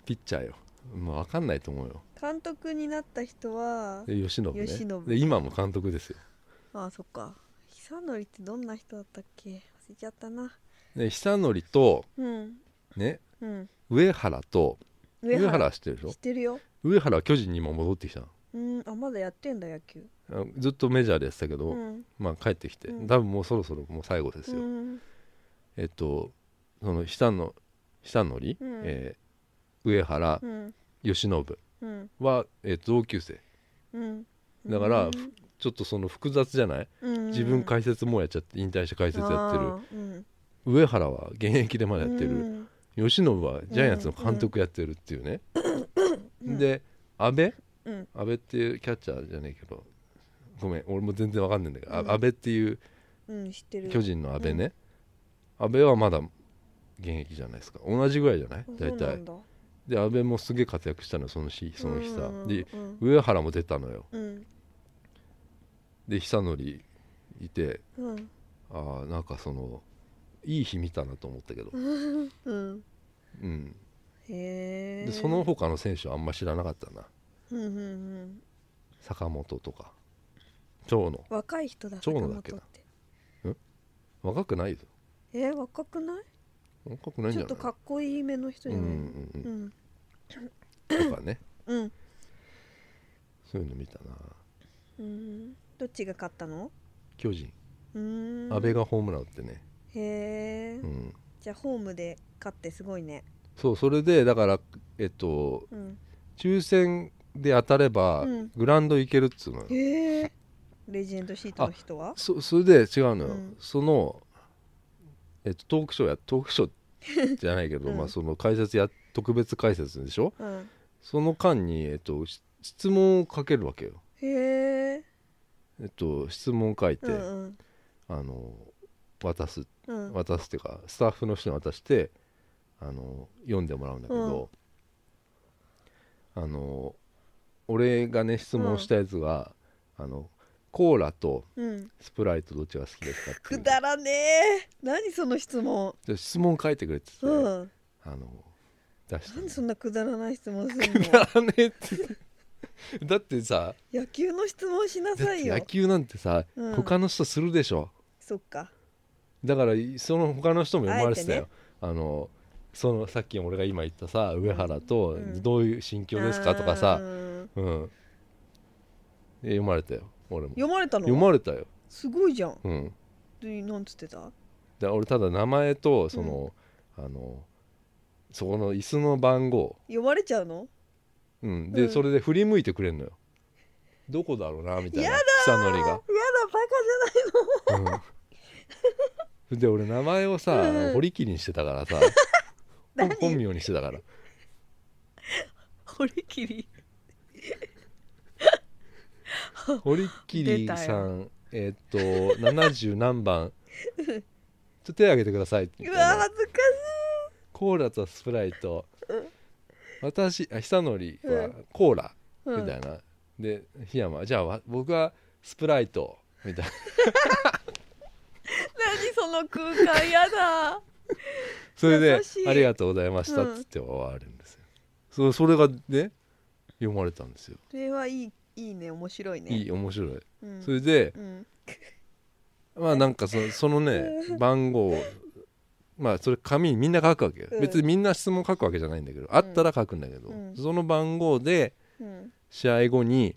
Speaker 1: ピッチャーよまあ分かんないと思うよ
Speaker 2: 監督になった人は
Speaker 1: で慶喜ね
Speaker 2: 慶喜
Speaker 1: で今も監督ですよ
Speaker 2: ああそっか久典ってどんな人だったっけ忘れちゃったな
Speaker 1: で久典と
Speaker 2: うん
Speaker 1: ね
Speaker 2: うん
Speaker 1: 上原と上原知
Speaker 2: 知
Speaker 1: ってるでしょ
Speaker 2: ってるよ
Speaker 1: 上原は巨人にも戻ってきたの
Speaker 2: うんあまだやってんだ野球
Speaker 1: あずっとメジャーでやってたけど、
Speaker 2: うん
Speaker 1: まあ帰ってきて、
Speaker 2: うん
Speaker 1: 多分もうそろそろもう最後ですよ、
Speaker 2: うん
Speaker 1: えっとその久の久典、
Speaker 2: うん
Speaker 1: えー上原
Speaker 2: うん
Speaker 1: 慶喜
Speaker 2: うん
Speaker 1: は、えー同級生
Speaker 2: うん
Speaker 1: だからちょっとその複雑じゃない、自分解説もうやっちゃって引退して解説やってる
Speaker 2: てる
Speaker 1: 上原は現役でまだやってる、
Speaker 2: うん
Speaker 1: 慶喜はジャイアンツの監督やってるっていうね、
Speaker 2: うん
Speaker 1: で阿部
Speaker 2: うん
Speaker 1: 阿部っていうキャッチャーじゃねえけどごめん俺も全然わかんないんだけど、あ
Speaker 2: うん
Speaker 1: 阿部っていう
Speaker 2: うん知ってる
Speaker 1: 巨人の阿部ね、阿部はまだ現役じゃないですか同じぐらいじゃない
Speaker 2: あ
Speaker 1: 大
Speaker 2: そうな
Speaker 1: 体
Speaker 2: んだ
Speaker 1: で阿部もすげえ活躍したのよその日その日さ、
Speaker 2: うん
Speaker 1: で
Speaker 2: うん
Speaker 1: 上原も出たのよ
Speaker 2: うん
Speaker 1: で久典いて
Speaker 2: うん
Speaker 1: ああなんかそのいい日見たなと思ったけど、
Speaker 2: うん
Speaker 1: うん、
Speaker 2: へえ
Speaker 1: でその他の選手はあんま知らなかったな
Speaker 2: うんうんうん
Speaker 1: 坂本とか長野
Speaker 2: 若い人だ
Speaker 1: 長野だっけな
Speaker 2: 坂本って
Speaker 1: 若くないぞ
Speaker 2: えー若くない
Speaker 1: 若くないん
Speaker 2: ち
Speaker 1: じ
Speaker 2: ょ
Speaker 1: ゃ
Speaker 2: っ
Speaker 1: ない
Speaker 2: とかっこいい目の人
Speaker 1: うん
Speaker 2: じゃ
Speaker 1: う
Speaker 2: ない
Speaker 1: んう
Speaker 2: うんん
Speaker 1: とかね
Speaker 2: うん
Speaker 1: そういうの見たな
Speaker 2: うんどっちが勝ったの
Speaker 1: 巨人
Speaker 2: うーん
Speaker 1: 阿部がホームラン打ってね、
Speaker 2: へえ
Speaker 1: うん、
Speaker 2: じゃあホームで勝ってすごいね
Speaker 1: そうそれでだからえっと
Speaker 2: うん
Speaker 1: 抽選で当たれば
Speaker 2: うん
Speaker 1: グラウンド行けるっつうのよ、
Speaker 2: へえレジェンドシートの人は
Speaker 1: そそれで違うのよ、
Speaker 2: うん
Speaker 1: その、えっと、トークショーやトークショー (laughs) じゃないけど、
Speaker 2: うん
Speaker 1: まあその解説や特別解説でしょ
Speaker 2: うん
Speaker 1: その間に、えっと、し質問をかけるわけよ、
Speaker 2: へえ
Speaker 1: えっと、質問書いて、
Speaker 2: うんうん
Speaker 1: あの渡す
Speaker 2: うん
Speaker 1: 渡すっていうかスタッフの人に渡してあの読んでもらうんだけど、あの俺がね質問したやつが、あのコーラと
Speaker 2: うん
Speaker 1: スプライトどっちが好きですかってい
Speaker 2: く
Speaker 1: う
Speaker 2: だらねえ何その質問
Speaker 1: で質問書いてくれって言
Speaker 2: う
Speaker 1: って、
Speaker 2: ん
Speaker 1: あの出した
Speaker 2: なん
Speaker 1: の
Speaker 2: でそんなくだらない質問する
Speaker 1: くだ
Speaker 2: の
Speaker 1: らねえって言ってだってさ
Speaker 2: 野球の質問し
Speaker 1: だ
Speaker 2: な
Speaker 1: っ
Speaker 2: さ
Speaker 1: て
Speaker 2: いよ
Speaker 1: 野球なんてさ、
Speaker 2: うん
Speaker 1: 他の人するでしょ
Speaker 2: そっか
Speaker 1: だからその他の人も読まれてたよ
Speaker 2: あえ
Speaker 1: あのそのさっき俺が今言ったさ上原と
Speaker 2: うん
Speaker 1: どういう心境ですかとか
Speaker 2: う
Speaker 1: さ、
Speaker 2: ん
Speaker 1: うんで読まれたよ俺も
Speaker 2: 読まれたの
Speaker 1: 読まれたよ、
Speaker 2: すごいじゃん
Speaker 1: うん、
Speaker 2: でなんつってた
Speaker 1: で俺ただ名前とその、あのそこの椅子の番号、
Speaker 2: 読まれちゃうの
Speaker 1: うん、で、
Speaker 2: うん
Speaker 1: それで振り向いてくれるのよどこだろうなみたい
Speaker 2: や
Speaker 1: な
Speaker 2: だ
Speaker 1: 久典が、
Speaker 2: やだバカじ (laughs)
Speaker 1: うん、で俺名前をさ、
Speaker 2: うん
Speaker 1: 堀切にしてたからさ
Speaker 2: (laughs) 何
Speaker 1: 本名にしてたから
Speaker 2: ゃない堀切
Speaker 1: 堀切さんえーっと70何番ちょっと手挙げてくださいみ
Speaker 2: う
Speaker 1: たい
Speaker 2: わ
Speaker 1: な
Speaker 2: 恥ずか
Speaker 1: コーラとスプライト
Speaker 2: うん
Speaker 1: 私あ久典
Speaker 2: う
Speaker 1: は
Speaker 2: ん
Speaker 1: コーラ
Speaker 2: しい、う
Speaker 1: み
Speaker 2: ん
Speaker 1: たいなで檜山じゃあわ僕はスプライトみたいな
Speaker 2: 何その空間やだ
Speaker 1: それで
Speaker 2: 優し
Speaker 1: 「
Speaker 2: い
Speaker 1: ありがとうございました」っつって終わるんですよそうそれがね読まれたんですよ
Speaker 2: それはいいいいね面白いね
Speaker 1: いい面白い
Speaker 2: うん、
Speaker 1: それで
Speaker 2: うん
Speaker 1: まあなんかそそのね番号をまあそれ紙にみんな書くわけよ、
Speaker 2: うん
Speaker 1: 別にみんな質問書くわけじゃないんだけどあったら書くんだけど、
Speaker 2: うん
Speaker 1: その番号で
Speaker 2: うん
Speaker 1: 試合後に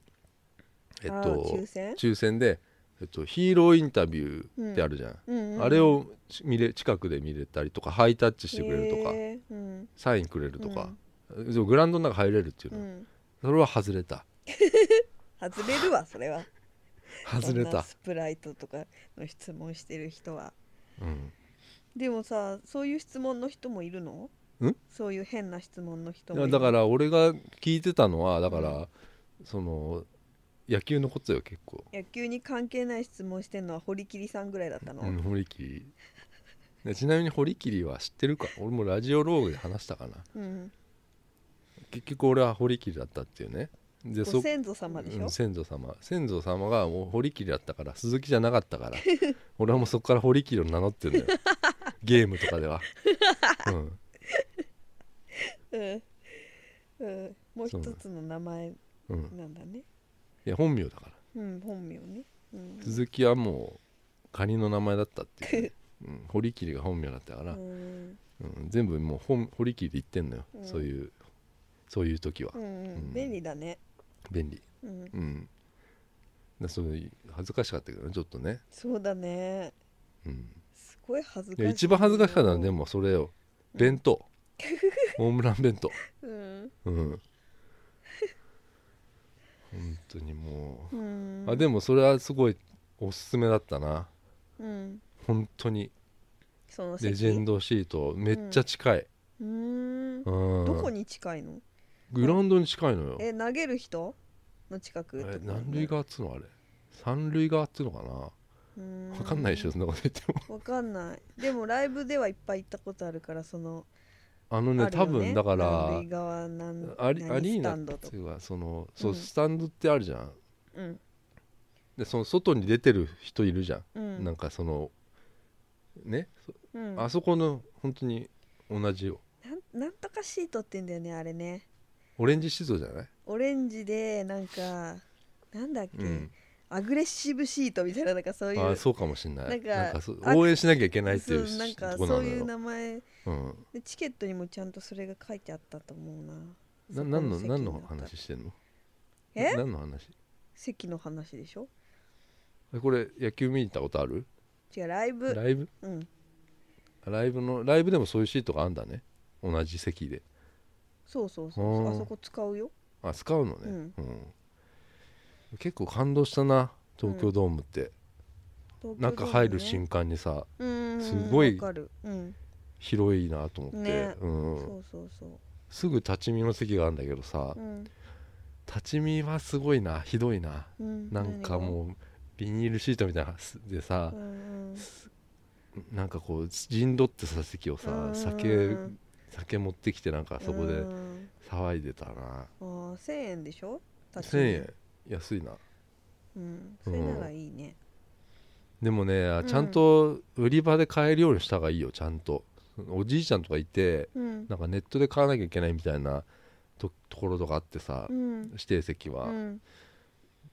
Speaker 1: えっ
Speaker 2: あ
Speaker 1: と
Speaker 2: ー抽選
Speaker 1: 抽選で、えっと、ヒーローインタビューってあるじゃん、
Speaker 2: うんうん
Speaker 1: あれをし見れ近くで見れたりとかハイタッチしてくれるとか、
Speaker 2: へーうん
Speaker 1: サインくれるとか、そうグラウンドの中入れるっていう
Speaker 2: う
Speaker 1: の、
Speaker 2: ん、
Speaker 1: それは外れ
Speaker 2: (laughs)
Speaker 1: た
Speaker 2: 外れるわそれは
Speaker 1: (laughs) 外れ
Speaker 2: そんな
Speaker 1: た
Speaker 2: スプライトとかの質問してる人は
Speaker 1: うん
Speaker 2: でもさそういう質問の人もいるの
Speaker 1: ん
Speaker 2: そういう変な質問の人
Speaker 1: い
Speaker 2: も
Speaker 1: や
Speaker 2: いる
Speaker 1: だから俺が聞いてたのはだから、
Speaker 2: うん
Speaker 1: その野球のことよ結構、
Speaker 2: 野球に関係ない質問してんのは堀切さんぐらいだったの、
Speaker 1: うん、堀切でちなみに堀切は知ってるか俺もラジオローグで話したかな
Speaker 2: うん、
Speaker 1: 結局俺は堀切だったっていうねで
Speaker 2: ご先祖様でしょ、
Speaker 1: うん先祖様先祖様がもう堀切だったから鈴木じゃなかった
Speaker 2: (laughs)
Speaker 1: から俺はもうそこから
Speaker 2: (laughs)
Speaker 1: 堀切を名乗ってるんだよゲームとかでは、うん、
Speaker 2: うんうんもう
Speaker 1: そうな
Speaker 2: 一
Speaker 1: の
Speaker 2: つの名前
Speaker 1: うん、
Speaker 2: なんだね
Speaker 1: いや本名だから
Speaker 2: うん本名ねうん
Speaker 1: 鈴木はもう仮の名前だったって
Speaker 2: (laughs)
Speaker 1: いうね、うん、堀切が本名だったから、
Speaker 2: うん
Speaker 1: うん、全部もう本堀切で言ってんのよ、
Speaker 2: うん
Speaker 1: そういうそういう時は
Speaker 2: うんう
Speaker 1: うん
Speaker 2: ん便利だね
Speaker 1: 便利
Speaker 2: うん
Speaker 1: うんだそれ恥ずかしかったけどねちょっとね、
Speaker 2: そうだね
Speaker 1: うん、
Speaker 2: すごい恥ず
Speaker 1: い
Speaker 2: かし
Speaker 1: や
Speaker 2: い
Speaker 1: 一番恥ずかしかったのはで
Speaker 2: も
Speaker 1: もそれを弁
Speaker 2: (laughs)
Speaker 1: 当、ホームラン弁当
Speaker 2: うん
Speaker 1: うん
Speaker 2: (laughs)
Speaker 1: 本当にも
Speaker 2: う
Speaker 1: う、
Speaker 2: ん
Speaker 1: あでもそれはすごいおすすめだったな
Speaker 2: うん
Speaker 1: 本当に
Speaker 2: その
Speaker 1: レジェン
Speaker 2: ド
Speaker 1: ドシートめっちゃ近い、
Speaker 2: うーん
Speaker 1: うん、
Speaker 2: どこに近いの
Speaker 1: グラウンドに近いのよ
Speaker 2: え投げる人の近くって
Speaker 1: え
Speaker 2: こと
Speaker 1: 何塁側っつうのあれ三塁側っつうのかな
Speaker 2: わ
Speaker 1: 分かんないでしょそんなこと言っても
Speaker 2: わかんないでもライブではいっぱい行ったことあるからその
Speaker 1: あの
Speaker 2: あ
Speaker 1: ね
Speaker 2: るよ
Speaker 1: 多分だから
Speaker 2: 南側なん
Speaker 1: アリ
Speaker 2: 何
Speaker 1: アリー
Speaker 2: スタ
Speaker 1: ナ
Speaker 2: ンド
Speaker 1: っ
Speaker 2: と
Speaker 1: ていうかそのそう、
Speaker 2: うん
Speaker 1: スタンドってあるじゃん
Speaker 2: うん
Speaker 1: でその外に出てる人いるじゃん、
Speaker 2: うん
Speaker 1: なんかそのね、そ
Speaker 2: うん
Speaker 1: あそこの本当に同じ
Speaker 2: なんなんとかシートって言うんだよねあれね
Speaker 1: オレンジシートじゃない、
Speaker 2: オレンジでなんかなんだっけ、
Speaker 1: うん、
Speaker 2: アグレッシブシートみたいななんかそういう
Speaker 1: あそうかもしんない
Speaker 2: なんか
Speaker 1: そう
Speaker 2: あ
Speaker 1: 応援しなきゃいけないって
Speaker 2: そ
Speaker 1: いう
Speaker 2: うなんか
Speaker 1: とこな
Speaker 2: そう
Speaker 1: の
Speaker 2: いう
Speaker 1: よ
Speaker 2: 名前
Speaker 1: うん
Speaker 2: でチケットにもちゃんとそれが書いてあったと思うな
Speaker 1: な何の
Speaker 2: そこ席
Speaker 1: 何
Speaker 2: にな
Speaker 1: の
Speaker 2: った
Speaker 1: 話してんの
Speaker 2: え
Speaker 1: 何の話
Speaker 2: 席の話でしょ
Speaker 1: えこれ野球見に行ったことある
Speaker 2: 違うライブ
Speaker 1: ライブ
Speaker 2: うん
Speaker 1: ライブのライブでもそういうシートがあんだね同じ席で
Speaker 2: そうそうそう
Speaker 1: あ
Speaker 2: あ
Speaker 1: ー
Speaker 2: そこ使うよ
Speaker 1: あ使うのね、うん結構感動したな東京ドームって、
Speaker 2: 東京ドームね
Speaker 1: 中入る瞬間にさ
Speaker 2: うーん
Speaker 1: すごい
Speaker 2: わかるうん
Speaker 1: 広いなと思って、
Speaker 2: ね
Speaker 1: うん
Speaker 2: そうそうそ
Speaker 1: すぐ立ち見の席があるんだけどさ、
Speaker 2: ううん
Speaker 1: 立ち見はすごいなひどいな、
Speaker 2: うん
Speaker 1: なんかもうビニールシートみたいなのでさ
Speaker 2: う、んうん
Speaker 1: なんかこう陣取ってさ席をさ、
Speaker 2: うん
Speaker 1: 酒酒持ってきてなんかそこ
Speaker 2: う
Speaker 1: で
Speaker 2: ん
Speaker 1: 騒いでたな、
Speaker 2: あー1000円でしょ立ち見
Speaker 1: 1000円安いな
Speaker 2: うんそれならいいね
Speaker 1: でもねあ
Speaker 2: ん
Speaker 1: ちゃんと売り場で買えるようにした方がいいよちゃんとおじいちゃんとかいて
Speaker 2: うん
Speaker 1: なんかネットで買わなきゃいけないみたいなとところとかあってさ、
Speaker 2: うん
Speaker 1: 指定席は、
Speaker 2: うん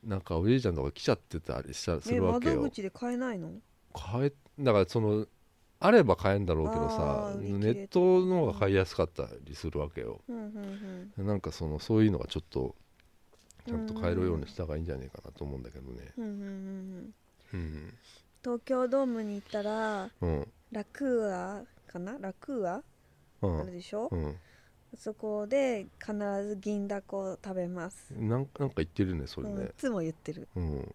Speaker 1: なんかおじいちゃんとか来ちゃってたりしたす
Speaker 2: え
Speaker 1: るわけ
Speaker 2: 窓
Speaker 1: よ
Speaker 2: 口で買えないの
Speaker 1: 買えだからそのあれば買えるんだろうけどさ
Speaker 2: あー売り切れ
Speaker 1: ネットの方が買いやすかったりするわけよ、
Speaker 2: うんうんうん
Speaker 1: なんかそのそういうのがちょっとちゃんと買えるようにした方がいいんじゃないかなと思うんだけどね
Speaker 2: うんうんうんうん
Speaker 1: うん、
Speaker 2: 東京ドームに行ったら
Speaker 1: うん
Speaker 2: ラクーアかなラクーア
Speaker 1: う
Speaker 2: ある
Speaker 1: ん
Speaker 2: でしょ
Speaker 1: うん
Speaker 2: そこで必ず銀だこ食べます
Speaker 1: なんなんか言ってるねそれね、
Speaker 2: うんいつも言ってる
Speaker 1: うん、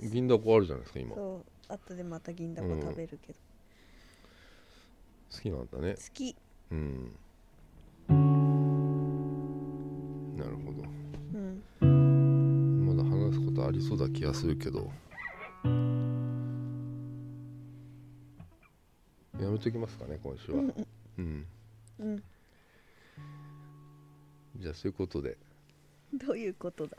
Speaker 1: 銀だこあるじゃないですか今好
Speaker 2: そう後でまた銀だこ食べるけど
Speaker 1: きなんだね
Speaker 2: 好き
Speaker 1: うんなるほど
Speaker 2: うん
Speaker 1: まだ話すことありそうだ気がするけどやめときますかね今週はうん
Speaker 2: うん
Speaker 1: じゃあそういうことで
Speaker 2: どういうことだ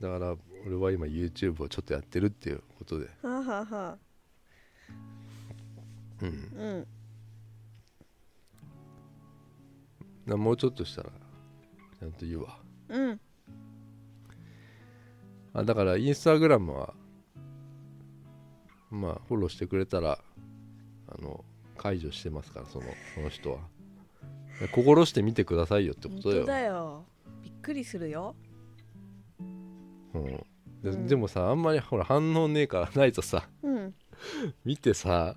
Speaker 1: だから俺は今 YouTube をちょっとやってるっていうことで
Speaker 2: はあ、はあはあ、
Speaker 1: うん
Speaker 2: うん
Speaker 1: なもうちょっとしたらちゃんと言うわ
Speaker 2: うん
Speaker 1: あだからインスタグラムはまあフォローしてくれたらあの解除してますからそのその人は心してみてくださいよってこ
Speaker 2: 本
Speaker 1: とだよ
Speaker 2: 当だよびっくりするよ
Speaker 1: うんで
Speaker 2: うん
Speaker 1: でもさあんまりほら反応ねえからないとさ
Speaker 2: うん、
Speaker 1: 見てさ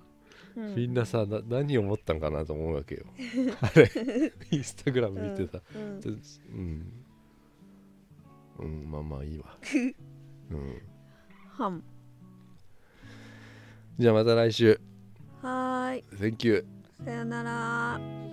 Speaker 2: う
Speaker 1: みん
Speaker 2: ん
Speaker 1: なさ、な何を思ったんかなと思うわけよ
Speaker 2: (laughs)
Speaker 1: あれインスタグラム見てさ
Speaker 2: うん
Speaker 1: でうん、うん、まあまあいいわ、
Speaker 2: (laughs)
Speaker 1: うん、
Speaker 2: はん
Speaker 1: じゃあまた来週
Speaker 2: はーい
Speaker 1: Thank you
Speaker 2: さよなら